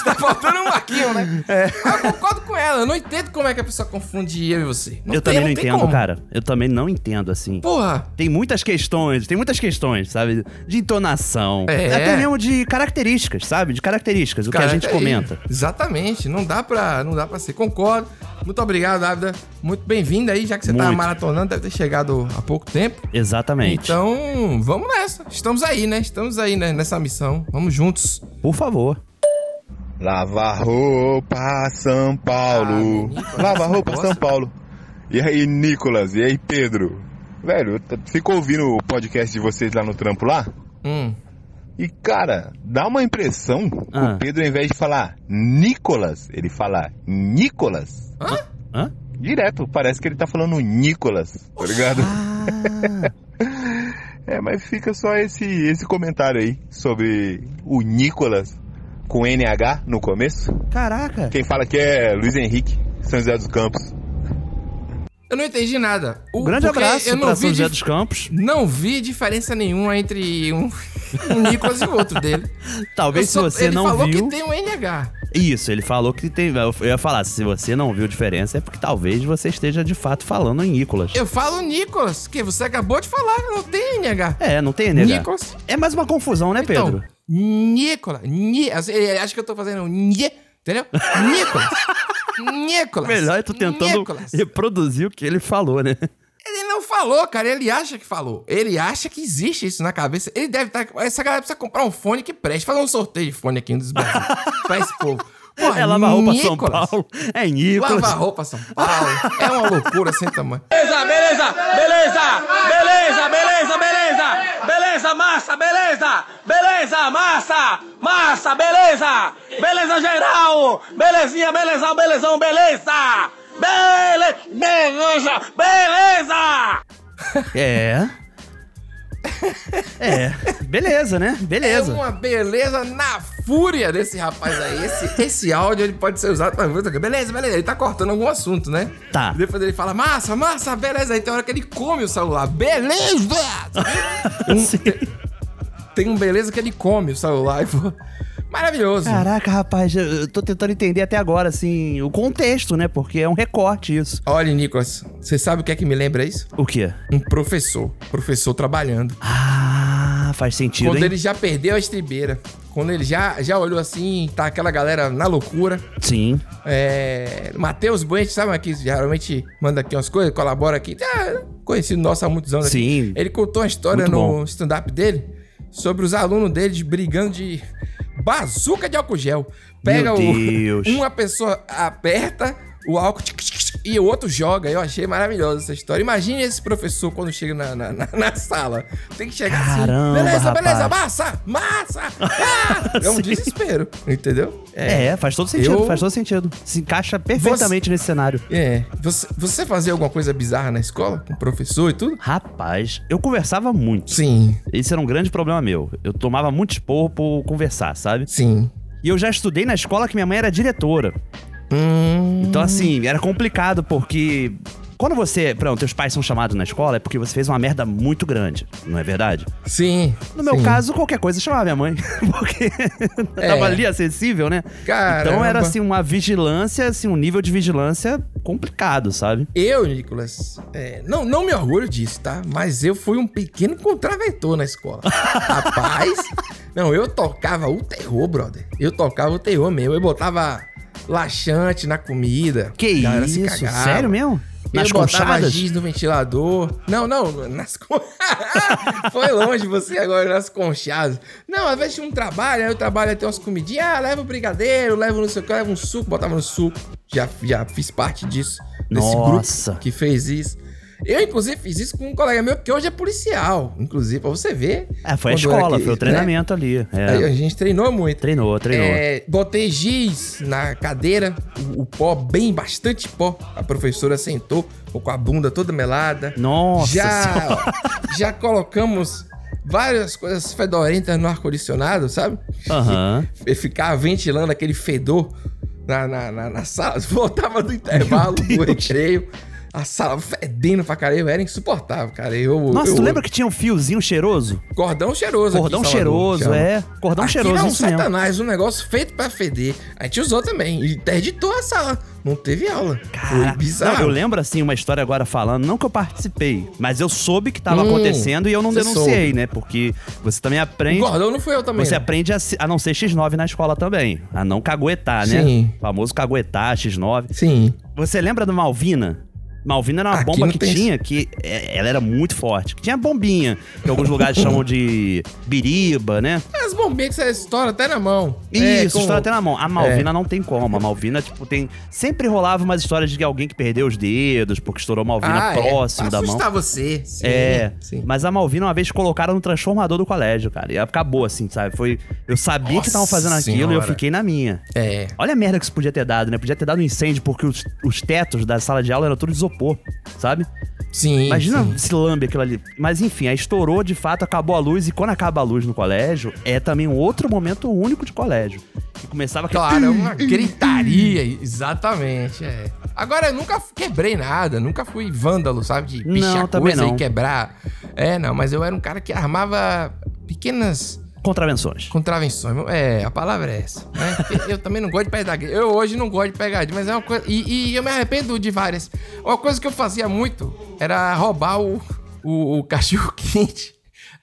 Speaker 2: <laughs> tá faltando um Marquinho, né? Mas Eu concordo com ela. Eu não entendo como é que a pessoa confunde eu e você. tem-
Speaker 1: eu também não
Speaker 2: tem
Speaker 1: entendo,
Speaker 2: como.
Speaker 1: cara. Eu também não entendo, assim.
Speaker 2: Porra!
Speaker 1: Tem muitas questões, tem muitas questões, sabe? De entonação.
Speaker 2: É.
Speaker 1: Até mesmo de características, sabe? De características, o que a gente
Speaker 2: Cara, é aí.
Speaker 1: comenta.
Speaker 2: Exatamente, não dá pra, não dá pra ser. Concordo. Muito obrigado, Ávida. Muito bem-vinda aí, já que você tá
Speaker 1: Muito.
Speaker 2: maratonando, deve ter chegado há pouco tempo.
Speaker 1: Exatamente.
Speaker 2: Então, vamos nessa. Estamos aí, né? Estamos aí né? nessa missão. Vamos juntos.
Speaker 1: Por favor.
Speaker 13: Lavar roupa São Paulo. Lava roupa São Paulo. E aí, Nicolas? E aí, Pedro? Velho, eu t- fico ouvindo o podcast de vocês lá no trampo lá?
Speaker 2: Hum.
Speaker 13: E, cara, dá uma impressão que
Speaker 1: Ah.
Speaker 13: o Pedro, ao invés de falar Nicolas, ele fala Nicolas.
Speaker 1: Hã?
Speaker 13: Direto, parece que ele tá falando Nicolas, tá ligado? é, mas fica só esse, esse comentário aí sobre o Nicolas com NH no começo.
Speaker 1: Caraca.
Speaker 13: Quem fala que é Luiz Henrique, São José dos Campos.
Speaker 2: Eu não entendi nada. O-
Speaker 1: Um Grande
Speaker 2: porque
Speaker 1: abraço
Speaker 2: eu não
Speaker 1: pra
Speaker 2: vi
Speaker 1: São José
Speaker 2: dif-
Speaker 1: dos Campos.
Speaker 2: Não vi diferença nenhuma entre um, <laughs> um Nicolas e o outro dele.
Speaker 1: Talvez
Speaker 2: <laughs> Eu só-
Speaker 1: se você
Speaker 2: ele
Speaker 1: não
Speaker 2: falou
Speaker 1: viu.
Speaker 2: que tem um NH.
Speaker 1: Isso, ele falou que tem. Eu ia falar, se você não viu diferença, é porque talvez você esteja de fato falando em Nicolas.
Speaker 2: Eu falo Nicolas, que você acabou de falar, não tem NH.
Speaker 1: É, não tem NH.
Speaker 2: Nicolas.
Speaker 1: É mais uma confusão, né,
Speaker 2: Então,
Speaker 1: Pedro?
Speaker 2: Nicolas. Ni, assim, ele acha que eu tô fazendo Ni, entendeu?
Speaker 1: <laughs>
Speaker 2: Nicolas. Nicolas.
Speaker 1: Melhor é tu tentando
Speaker 2: Nicolas.
Speaker 1: reproduzir o que ele falou, né?
Speaker 2: Ele não falou, cara. Ele acha que falou. Ele acha que existe isso na cabeça. Ele deve estar. Essa galera precisa comprar um fone que preste. Fazer um sorteio de fone aqui nos Brasil.
Speaker 1: <laughs>
Speaker 2: pra esse povo. Porra,
Speaker 1: é lavar roupa São
Speaker 2: Nicolas.
Speaker 1: Paulo. É Nicolas.
Speaker 2: Lava roupa São Paulo. É uma loucura sem tamanho.
Speaker 3: Beleza, beleza, beleza, beleza, beleza, beleza, beleza, massa, beleza, beleza, massa, massa, beleza, beleza geral, belezinha, belezão, belezão, beleza, bele, beleza, beleza.
Speaker 1: É. É. Beleza, né? Beleza.
Speaker 2: É uma beleza na fúria desse rapaz aí. Esse, esse áudio ele pode ser usado pra muita coisa. Beleza, beleza. Ele tá cortando algum assunto, né?
Speaker 1: Tá.
Speaker 2: Depois ele fala, massa, massa, beleza. Aí tem hora que ele come o celular. Beleza!
Speaker 1: <laughs>
Speaker 2: Um- tem um beleza que ele come o celular. <laughs> e fala, Maravilhoso.
Speaker 1: Caraca, rapaz, eu- eu tô tentando entender até agora, assim, o contexto, né? Porque é um recorte isso.
Speaker 2: Olha, Nicolas, você sabe o que é que me lembra isso?
Speaker 1: O quê?
Speaker 2: Um professor. Professor trabalhando.
Speaker 1: Ah, faz sentido,
Speaker 2: Quando
Speaker 1: hein?
Speaker 2: ele já perdeu a estribeira. Quando ele já, já olhou assim, tá aquela galera na loucura.
Speaker 1: Sim.
Speaker 2: É, Matheus Buente, sabe aqui? Geralmente manda aqui umas coisas, colabora aqui. Ah, conhecido nosso há muitos anos. aqui.
Speaker 1: Sim.
Speaker 2: Ele contou uma história
Speaker 1: Muito
Speaker 2: no
Speaker 1: bom.
Speaker 2: stand-up dele sobre os alunos dele de- brigando de bazuca de álcool gel. Pega
Speaker 1: Meu
Speaker 2: o.
Speaker 1: Deus.
Speaker 2: <laughs> Uma pessoa aperta o álcool tic, tic, tic, e o outro joga. Eu achei maravilhosa essa história. Imagine esse professor quando chega na, na, na- na sala. Tem que chegar
Speaker 1: Caramba,
Speaker 2: assim. Beleza, beleza,
Speaker 1: rapaz."
Speaker 2: massa,
Speaker 1: <laughs>
Speaker 2: massa! Ah! É um desespero, entendeu?
Speaker 1: É, faz todo sentido,
Speaker 2: Eu-
Speaker 1: faz todo sentido. Se encaixa perfeitamente nesse cenário.
Speaker 2: É. Você, você fazia alguma coisa bizarra na escola? Com o professor e tudo?
Speaker 1: Rapaz, eu conversava muito.
Speaker 2: Sim.
Speaker 1: Esse era um grande problema meu. Eu tomava muito esporro por conversar, sabe?
Speaker 2: Sim.
Speaker 1: E eu já estudei na escola que minha mãe era diretora.
Speaker 2: Hum.
Speaker 1: Então, assim, era complicado porque. Quando você. Pronto, teus pais são chamados na escola é porque você fez uma merda muito grande, não é verdade?
Speaker 2: Sim.
Speaker 1: No meu
Speaker 2: sim. É.
Speaker 1: caso, qualquer coisa chamava minha mãe. <laughs> Porque eu tava ali acessível, né? Então
Speaker 2: Caramba.
Speaker 1: era assim, uma vigilância, assim, um nível de vigilância complicado, sabe?
Speaker 2: Eu, Nicolas, é, não, não me orgulho disso, tá? Mas eu fui um pequeno contraventor na
Speaker 1: <laughs>
Speaker 2: escola. Rapaz, não, eu tocava o terror, brother. Eu tocava o terror mesmo. Eu botava laxante na comida.
Speaker 1: Que
Speaker 2: A galera se
Speaker 1: isso?
Speaker 2: cagava.
Speaker 1: Sério mesmo?
Speaker 2: Eu
Speaker 1: Nas
Speaker 2: botava
Speaker 1: conchadas?
Speaker 2: giz no ventilador. Não, não, nas con- <laughs> Foi longe você agora, nas conchadas. Não, às vezes tinha um trabalho, aí o trabalho tem umas comidinhas. Ah, leva o brigadeiro, leva não sei o que, leva um suco, botava no suco. Já, já fiz parte disso. Desse
Speaker 1: Nossa.
Speaker 2: grupo que fez isso. Eu, inclusive, fiz isso com um colega meu que hoje é policial, inclusive, pra você ver.
Speaker 1: É, foi a
Speaker 2: Quando eu era
Speaker 1: escola,
Speaker 2: que-
Speaker 1: foi o
Speaker 2: né?
Speaker 1: treinamento ali. é.
Speaker 2: Aí a gente treinou muito.
Speaker 1: Treinou, treinou.
Speaker 2: É, botei giz na cadeira, o, o pó, bem, bastante pó. A professora sentou, ficou com a bunda toda melada.
Speaker 1: Nossa
Speaker 2: Já, <laughs> já colocamos várias coisas fedorentas no ar-condicionado, sabe?
Speaker 1: Aham.
Speaker 2: E ficar ventilando aquele fedor na, na, na- na sala. <laughs> Voltava do intervalo, do recreio. A sala fedendo pra caralho, era insuportável, cara. Eu,
Speaker 1: Nossa,
Speaker 2: Tipo, eu,
Speaker 1: tu lembra que tinha um fiozinho cheiroso?
Speaker 2: Cordão cheiroso. aqui em
Speaker 1: Cordão
Speaker 2: Salvador,
Speaker 1: cheiroso,
Speaker 2: chama.
Speaker 1: é. Cordão
Speaker 2: Aquilo é
Speaker 1: cheiroso,
Speaker 2: um
Speaker 1: isso mesmo.
Speaker 2: satanás, um negócio feito pra feder. A gente usou também. E interditou a sala. Não teve aula. Foi
Speaker 1: Caraca.
Speaker 2: bizarro.
Speaker 1: Não, eu lembro, assim, uma história agora falando, não que eu participei, mas eu soube que tava
Speaker 2: Hum,
Speaker 1: acontecendo e eu não
Speaker 2: você
Speaker 1: denunciei,
Speaker 2: soube.
Speaker 1: né? Porque você também aprende...
Speaker 2: O gordão não fui eu também,
Speaker 1: Você
Speaker 2: não.
Speaker 1: aprende a, se- a não ser X9 na escola também, a não caguetar, né?
Speaker 2: Sim.
Speaker 1: O famoso caguetar, X9.
Speaker 2: Sim.
Speaker 1: Você lembra do Malvina? Malvina era uma bomba
Speaker 2: não
Speaker 1: que
Speaker 2: tem
Speaker 1: tinha, que é, ela era muito forte. Que tinha bombinha, que alguns lugares chamam de biriba, né?
Speaker 2: As bombinhas que você estoura até na mão. É,
Speaker 1: Isso,
Speaker 2: com-
Speaker 1: história até na mão. A Malvina
Speaker 2: É.
Speaker 1: não tem como. A Malvina, tipo, tem. Sempre rolava umas histórias de que alguém que perdeu os dedos, porque estourou Malvina
Speaker 2: Ah, é.
Speaker 1: próximo da mão.
Speaker 2: Assustar você. Sim.
Speaker 1: é, mas a Malvina uma vez colocaram no transformador do colégio, cara. E acabou assim, sabe? Foi, eu sabia que
Speaker 2: Nossa
Speaker 1: estavam fazendo aquilo e eu
Speaker 2: Senhora.
Speaker 1: fiquei na minha.
Speaker 2: É.
Speaker 1: Olha a merda que isso podia ter dado, né? Podia ter dado um incêndio porque os, os tetos da sala de aula eram tudo de isopor, sabe?
Speaker 2: Sim.
Speaker 1: Imagina
Speaker 2: sim.
Speaker 1: se lambe aquilo ali. Mas enfim, aí estourou de fato, acabou a luz. E quando acaba a luz no colégio, é também um outro momento único de colégio. E começava aquele. hum,
Speaker 2: Claro, é uma gritaria. Exatamente, é. Agora, eu nunca quebrei nada, nunca fui vândalo, sabe? De pichar
Speaker 1: Não, também
Speaker 2: coisa
Speaker 1: não.
Speaker 2: e quebrar. É, não, mas eu era um cara que armava pequenas...
Speaker 1: Contravenções.
Speaker 2: Contravenções. É, a palavra é essa. né? <laughs> Porque eu também não gosto de pegadinha. Eu hoje não gosto de pegadinha, mas é uma coisa... E, e eu me arrependo de várias. Uma coisa que eu fazia muito era roubar o, o, o <laughs> cachorro-quente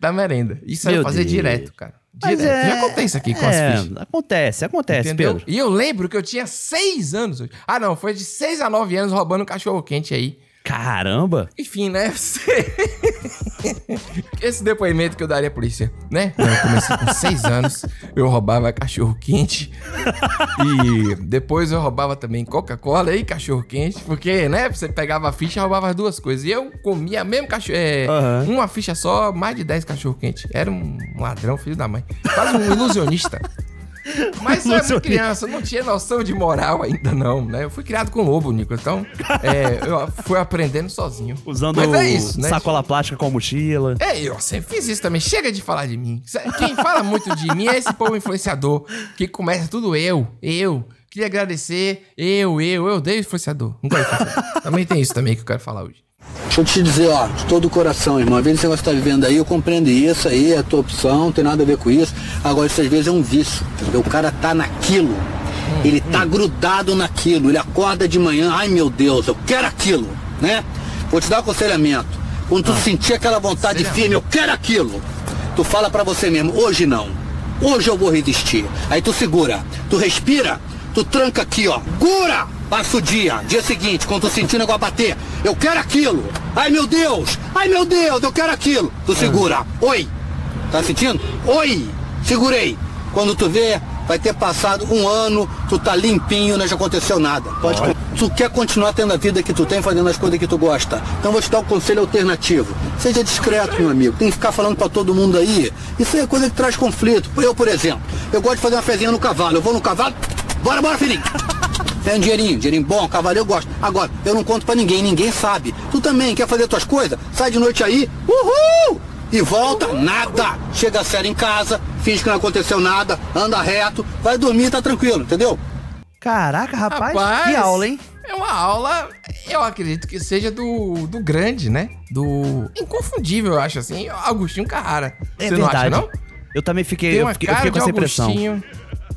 Speaker 2: da merenda. Isso aí eu
Speaker 1: Meu
Speaker 2: fazia
Speaker 1: Deus.
Speaker 2: direto, cara.
Speaker 1: Mas
Speaker 2: Direto.
Speaker 1: é-
Speaker 2: Já contei isso aqui com
Speaker 1: é,
Speaker 2: as fichas.
Speaker 1: Acontece, acontece,
Speaker 2: Entendeu?
Speaker 1: Pedro.
Speaker 2: E eu lembro que eu tinha seis anos. Ah, não, foi de seis a nove anos roubando um cachorro quente aí.
Speaker 1: Caramba!
Speaker 2: Enfim, né? <laughs> Esse depoimento que eu daria à polícia, né? Eu comecei com seis anos, eu roubava cachorro quente. E depois eu roubava também Coca-Cola e cachorro quente. Porque, né? Você pegava a ficha e roubava as duas coisas. E eu comia mesmo cachorro. é,
Speaker 1: Aham.
Speaker 2: Uma ficha só, mais de dez cachorro quente. Era um ladrão, filho da mãe. Quase um ilusionista. Mas eu era
Speaker 1: Ilusionista.
Speaker 2: criança, eu não tinha noção de moral ainda não, né? Eu fui criado com lobo, Nico, então é, eu fui aprendendo sozinho.
Speaker 1: Usando
Speaker 2: Mas é isso, né?
Speaker 1: sacola plástica com mochila.
Speaker 2: É, eu sempre fiz isso também. Chega de falar de mim. Quem fala muito de mim é esse povo influenciador que começa tudo eu, eu. Queria agradecer, eu, eu, eu odeio influenciador. Não gosto de
Speaker 1: <laughs>
Speaker 2: influenciador. Também tem isso também que eu quero falar hoje.
Speaker 14: Deixa eu te dizer, ó, de todo o coração, irmão. Às vezes você está vivendo aí, eu compreendo isso aí, é a tua opção, não tem nada a ver com isso. Agora, isso às vezes é um vício, entendeu? O cara tá naquilo. Ele tá grudado naquilo. Ele acorda de manhã, ai meu Deus, eu quero aquilo, né? Vou te dar um aconselhamento. Quando tu sentir aquela vontade firme, eu quero aquilo, tu fala pra você mesmo, hoje não. Hoje eu vou resistir. Aí tu segura, tu respira, tu tranca aqui, ó. Gura! Passa o dia, dia seguinte, quando tu sentir o negócio bater, eu quero aquilo! Ai meu Deus! Ai meu Deus, eu quero aquilo! Tu segura! Oi! Tá sentindo? Oi! Segurei! Quando tu vê, vai ter passado um ano, tu tá limpinho, não já aconteceu nada. Pode con- Tu quer continuar tendo a vida que tu tem, fazendo as coisas que tu gosta. Então vou te dar um conselho alternativo. Seja discreto, meu amigo. Tem que ficar falando pra todo mundo aí. Isso aí é coisa que traz conflito. Eu, por exemplo, eu gosto de fazer uma fezinha no cavalo. Eu vou no cavalo, bora, bora, filhinho! Tem um dinheirinho, dinheirinho bom, cavalo eu gosto. Agora, eu não conto pra ninguém, ninguém sabe. Tu também quer fazer tuas coisas? Sai de noite aí, uhul! E volta, nada! Chega sério em casa, finge que não aconteceu nada, anda reto, vai dormir, tá tranquilo, entendeu?
Speaker 1: Caraca, rapaz, que aula, hein?
Speaker 2: É uma aula, eu acredito que seja do, do grande, né? Do inconfundível, eu acho assim, Agostinho Carrara.
Speaker 1: É
Speaker 2: Você
Speaker 1: verdade.
Speaker 2: não acha, não?
Speaker 1: Eu também fiquei,
Speaker 2: Tem
Speaker 1: eu
Speaker 2: uma
Speaker 1: fiquei, eu
Speaker 2: cara
Speaker 1: fiquei com essa
Speaker 2: de
Speaker 1: impressão.
Speaker 2: Agostinho.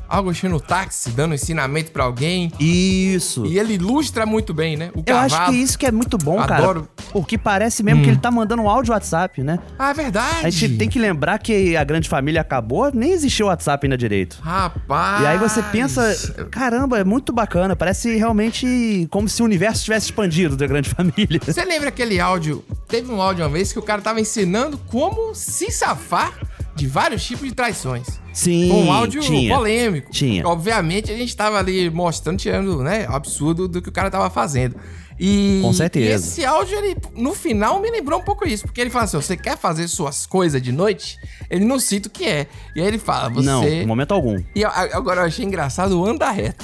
Speaker 2: Agostinho no táxi, dando ensinamento pra alguém.
Speaker 1: Isso.
Speaker 2: E ele ilustra muito bem, né? O
Speaker 1: Hum. Eu acho que
Speaker 2: cavalo.
Speaker 1: isso que é muito bom, cara.
Speaker 2: Adoro.
Speaker 1: Porque parece mesmo que
Speaker 2: Hum.
Speaker 1: ele tá mandando um áudio WhatsApp, né?
Speaker 2: Ah, é verdade.
Speaker 1: A gente tem que lembrar que a grande família acabou, nem existiu o WhatsApp ainda direito.
Speaker 2: Rapaz.
Speaker 1: E aí você pensa, caramba, é muito bacana, parece realmente como se o universo tivesse expandido da grande <laughs> família.
Speaker 2: Você lembra aquele áudio? Teve um áudio uma vez que o cara tava ensinando como se safar de vários tipos de traições.
Speaker 1: Sim,
Speaker 2: Com um áudio
Speaker 1: tinha.
Speaker 2: polêmico.
Speaker 1: Tinha.
Speaker 2: Obviamente a gente tava ali mostrando, tirando, né, o absurdo do que o cara tava fazendo. E,
Speaker 1: Com certeza.
Speaker 2: e esse áudio, ele, no final, me lembrou um pouco isso. Porque ele fala assim: você quer fazer suas coisas de noite? Ele não cita o que é. E aí ele fala: você.
Speaker 1: Não, em momento algum.
Speaker 2: E a- a- agora eu achei engraçado o anda
Speaker 1: <laughs>
Speaker 2: reto.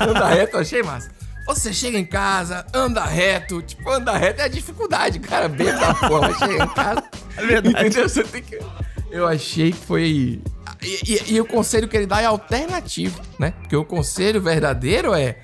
Speaker 2: anda reto eu achei massa. Você chega em casa, anda reto. Tipo, anda reto é a dificuldade, cara. Beba da porra, chega em casa. É verdade. Entendeu? Você tem que... Eu achei que foi... E, e- e o conselho que ele dá é alternativo, né? Porque o conselho verdadeiro é...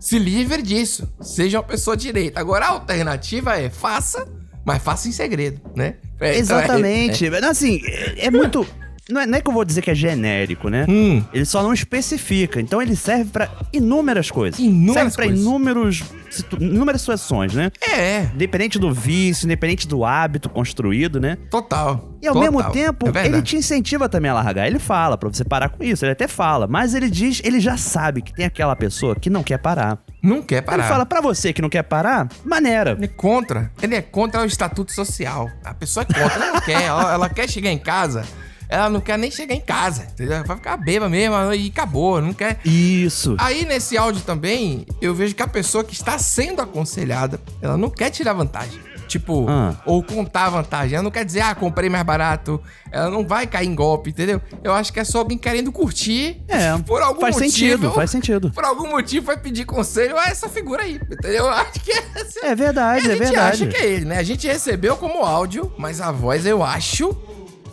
Speaker 2: Se livre disso. Seja uma pessoa direita. Agora, a alternativa é faça, mas faça em segredo, né? É, então é-
Speaker 1: Exatamente.
Speaker 2: é.
Speaker 1: Mas, Assim, é, é muito. Não é, não é que eu vou dizer que é genérico, né?
Speaker 2: Hum.
Speaker 1: Ele só não especifica. Então ele serve pra inúmeras coisas. serve pra
Speaker 2: coisas.
Speaker 1: inúmeros, situ- inúmeras situações, né?
Speaker 2: É.
Speaker 1: Independente do vício, independente do hábito construído, né?
Speaker 2: Total.
Speaker 1: E ao
Speaker 2: Total.
Speaker 1: mesmo tempo,
Speaker 2: É verdade.
Speaker 1: ele te incentiva também a largar. Ele fala pra você parar com isso, ele até fala. Mas ele diz, ele já sabe que tem aquela pessoa que não quer parar.
Speaker 2: Não quer parar.
Speaker 1: Ele fala pra você que não quer parar, maneira.
Speaker 2: Ele é contra. Ele é contra o estatuto social. A pessoa é contra, ela não quer. Ela, ela quer chegar em casa. Ela não quer nem chegar em casa. Entendeu? Vai ficar bêbada mesmo e acabou. Não quer.
Speaker 1: Isso.
Speaker 2: Aí nesse áudio também, eu vejo que a pessoa que está sendo aconselhada, ela não quer tirar vantagem. Tipo,
Speaker 1: Ah.
Speaker 2: ou contar vantagem. Ela não quer dizer, ah, comprei mais barato. Ela não vai cair em golpe, entendeu? Eu acho que é só alguém querendo curtir.
Speaker 1: É,
Speaker 2: por algum
Speaker 1: faz
Speaker 2: motivo. é
Speaker 1: sentido, faz sentido.
Speaker 2: Por algum motivo vai pedir conselho a essa figura aí, entendeu? Eu acho que é essa.
Speaker 1: É verdade, é
Speaker 2: A gente
Speaker 1: verdade.
Speaker 2: acha que é ele, né? A gente recebeu como áudio, mas a voz eu acho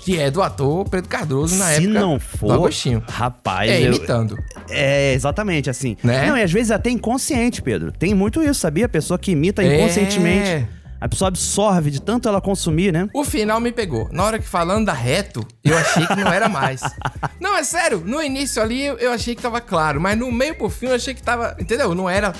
Speaker 2: que é do ator Pedro Cardoso na
Speaker 1: Se
Speaker 2: época.
Speaker 1: não
Speaker 2: do
Speaker 1: for,
Speaker 2: Agostinho.
Speaker 1: rapaz,
Speaker 2: É, Né?
Speaker 1: eu-
Speaker 2: imitando.
Speaker 1: É, exatamente, assim. Não, e às vezes até inconsciente, Pedro. Tem muito isso, sabia? A pessoa que imita
Speaker 2: É.
Speaker 1: inconscientemente. A pessoa absorve de tanto ela consumir, né?
Speaker 2: O final me pegou. Na hora que falando da reto, eu achei que não era
Speaker 1: <laughs>
Speaker 2: mais. não, é sério. No início ali eu- eu achei que tava claro, mas no meio pro fim eu achei que tava. Entendeu? Não era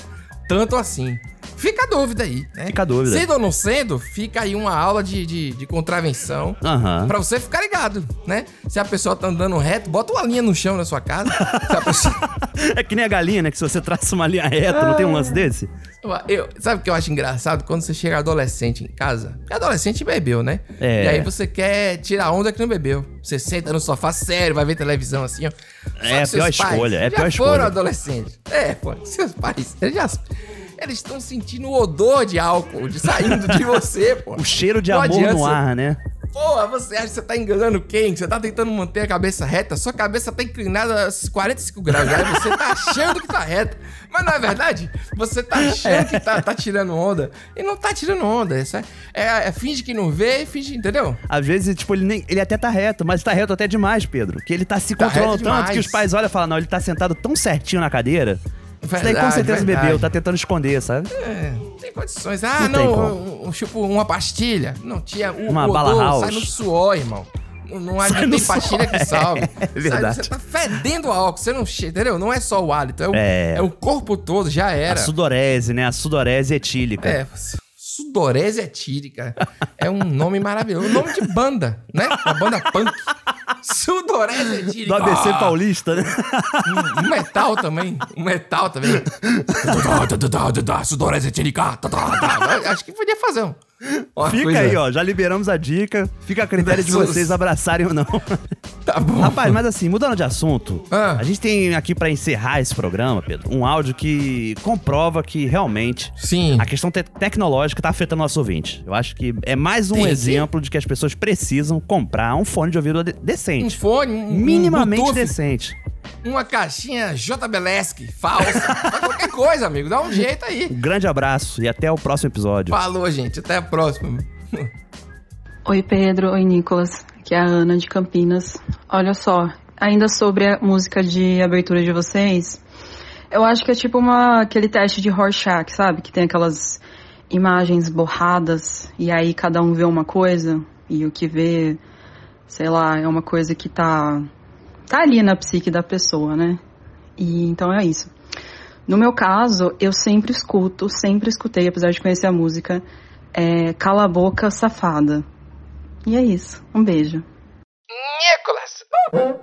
Speaker 2: tanto assim. Fica a dúvida aí, né?
Speaker 1: Fica a dúvida.
Speaker 2: Sendo ou não sendo, fica aí uma aula de, de, de contravenção.
Speaker 1: Aham.
Speaker 2: Pra você ficar ligado, né? Se a pessoa tá andando reto, bota uma linha no chão na sua casa. Se a
Speaker 1: <laughs>
Speaker 2: pessoa...
Speaker 1: É que nem a galinha, né? Que se você traça uma linha reta, não tem um lance desse?
Speaker 2: Eu- sabe o que eu acho engraçado? Quando você chega adolescente em casa, porque adolescente bebeu, né?
Speaker 1: É.
Speaker 2: E aí você quer tirar onda que não bebeu. Você senta no sofá sério, vai ver televisão assim, ó. Só
Speaker 1: É,
Speaker 2: que
Speaker 1: a
Speaker 2: seus
Speaker 1: pior
Speaker 2: pais
Speaker 1: escolha, é a
Speaker 2: já
Speaker 1: pior
Speaker 2: foram
Speaker 1: escolha.
Speaker 2: adolescentes. É, pô, seus pais, eles já... Eles estão sentindo o odor de álcool de saindo de você, pô.
Speaker 1: O cheiro de
Speaker 2: Não
Speaker 1: amor no
Speaker 2: adianta.
Speaker 1: ar, né?
Speaker 2: Porra, você acha que você tá enganando quem? Você tá tentando manter a cabeça reta, sua cabeça tá inclinada a 45 graus, já, e você tá achando que tá reta. Mas não é verdade? Você tá achando que tá, tá tirando onda e não tá tirando onda. Isso é, é- é finge que não vê e finge, entendeu?
Speaker 1: Às vezes, tipo, ele, nem, ele até tá reto, mas tá reto até demais, Pedro. Que ele tá se
Speaker 2: Tá
Speaker 1: controlando
Speaker 2: reto
Speaker 1: tanto
Speaker 2: demais.
Speaker 1: que os pais olham e falam: não, ele tá sentado tão certinho na cadeira. Isso daí com
Speaker 2: Verdade,
Speaker 1: certeza
Speaker 2: verdade.
Speaker 1: bebeu, tá tentando esconder, sabe?
Speaker 2: É, não tem condições. Ah,
Speaker 1: Não tem
Speaker 2: não,
Speaker 1: como.
Speaker 2: um- um- tipo uma pastilha. Não, tinha o,
Speaker 1: Uma
Speaker 2: o
Speaker 1: bala
Speaker 2: odor,
Speaker 1: house.
Speaker 2: sai no suor, irmão. Não, não, há-
Speaker 1: Sai
Speaker 2: não
Speaker 1: no
Speaker 2: tem pastilha
Speaker 1: suor,
Speaker 2: que salve.
Speaker 1: <laughs> é
Speaker 2: Sai-
Speaker 1: verdade.
Speaker 2: Você tá fedendo álcool, você não cheira, entendeu? Não é só o hálito, é o,
Speaker 1: É.
Speaker 2: é o corpo todo, já
Speaker 1: A
Speaker 2: era.
Speaker 1: sudorese, né? A sudorese etílica.
Speaker 2: É, sudorese etílica. É um nome maravilhoso. Um nome de banda, né? Uma banda punk. Sudorese
Speaker 1: Do
Speaker 2: etílica.
Speaker 1: ABC
Speaker 2: Ah,
Speaker 1: paulista, né? <laughs>
Speaker 2: Um metal também. Um metal também. Sudorese etílica. Acho que podia fazer um. uma
Speaker 1: Fica
Speaker 2: coisa-
Speaker 1: aí, ó. Já liberamos a dica. Fica a critério de
Speaker 2: Versus.
Speaker 1: vocês abraçarem ou não.
Speaker 2: Tá bom.
Speaker 1: Rapaz, mas assim, mudando de assunto,
Speaker 2: Ah.
Speaker 1: a gente tem aqui pra encerrar esse programa, Pedro, um áudio que comprova que realmente
Speaker 2: Sim.
Speaker 1: a questão te- tecnológica tá afetando o nosso ouvinte. Eu acho que é mais um
Speaker 2: Sim, sim.
Speaker 1: exemplo de que as pessoas precisam comprar um fone de ouvido de-
Speaker 2: Um
Speaker 1: decente.
Speaker 2: fone, um, um
Speaker 1: minimamente
Speaker 2: Bluetooth,
Speaker 1: decente.
Speaker 2: uma caixinha JBLESC falsa, Faz qualquer coisa, amigo, dá um jeito aí.
Speaker 1: Um grande abraço e até o próximo episódio.
Speaker 2: Falou, gente, até a próxima.
Speaker 15: Oi, Pedro. Oi, Nicolas. Aqui é a Ana de Campinas. Olha só, ainda sobre a música de abertura de vocês, eu acho que é tipo uma, aquele teste de Rorschach, sabe? Que tem aquelas imagens borradas e aí cada um vê uma coisa e o que vê, sei lá, é uma coisa que tá, tá ali na psique da pessoa, né? E então é isso. No meu caso, eu sempre escuto, sempre escutei, apesar de conhecer a música, é Cala a Boca Safada. E é isso. Um beijo.
Speaker 2: Nicolas!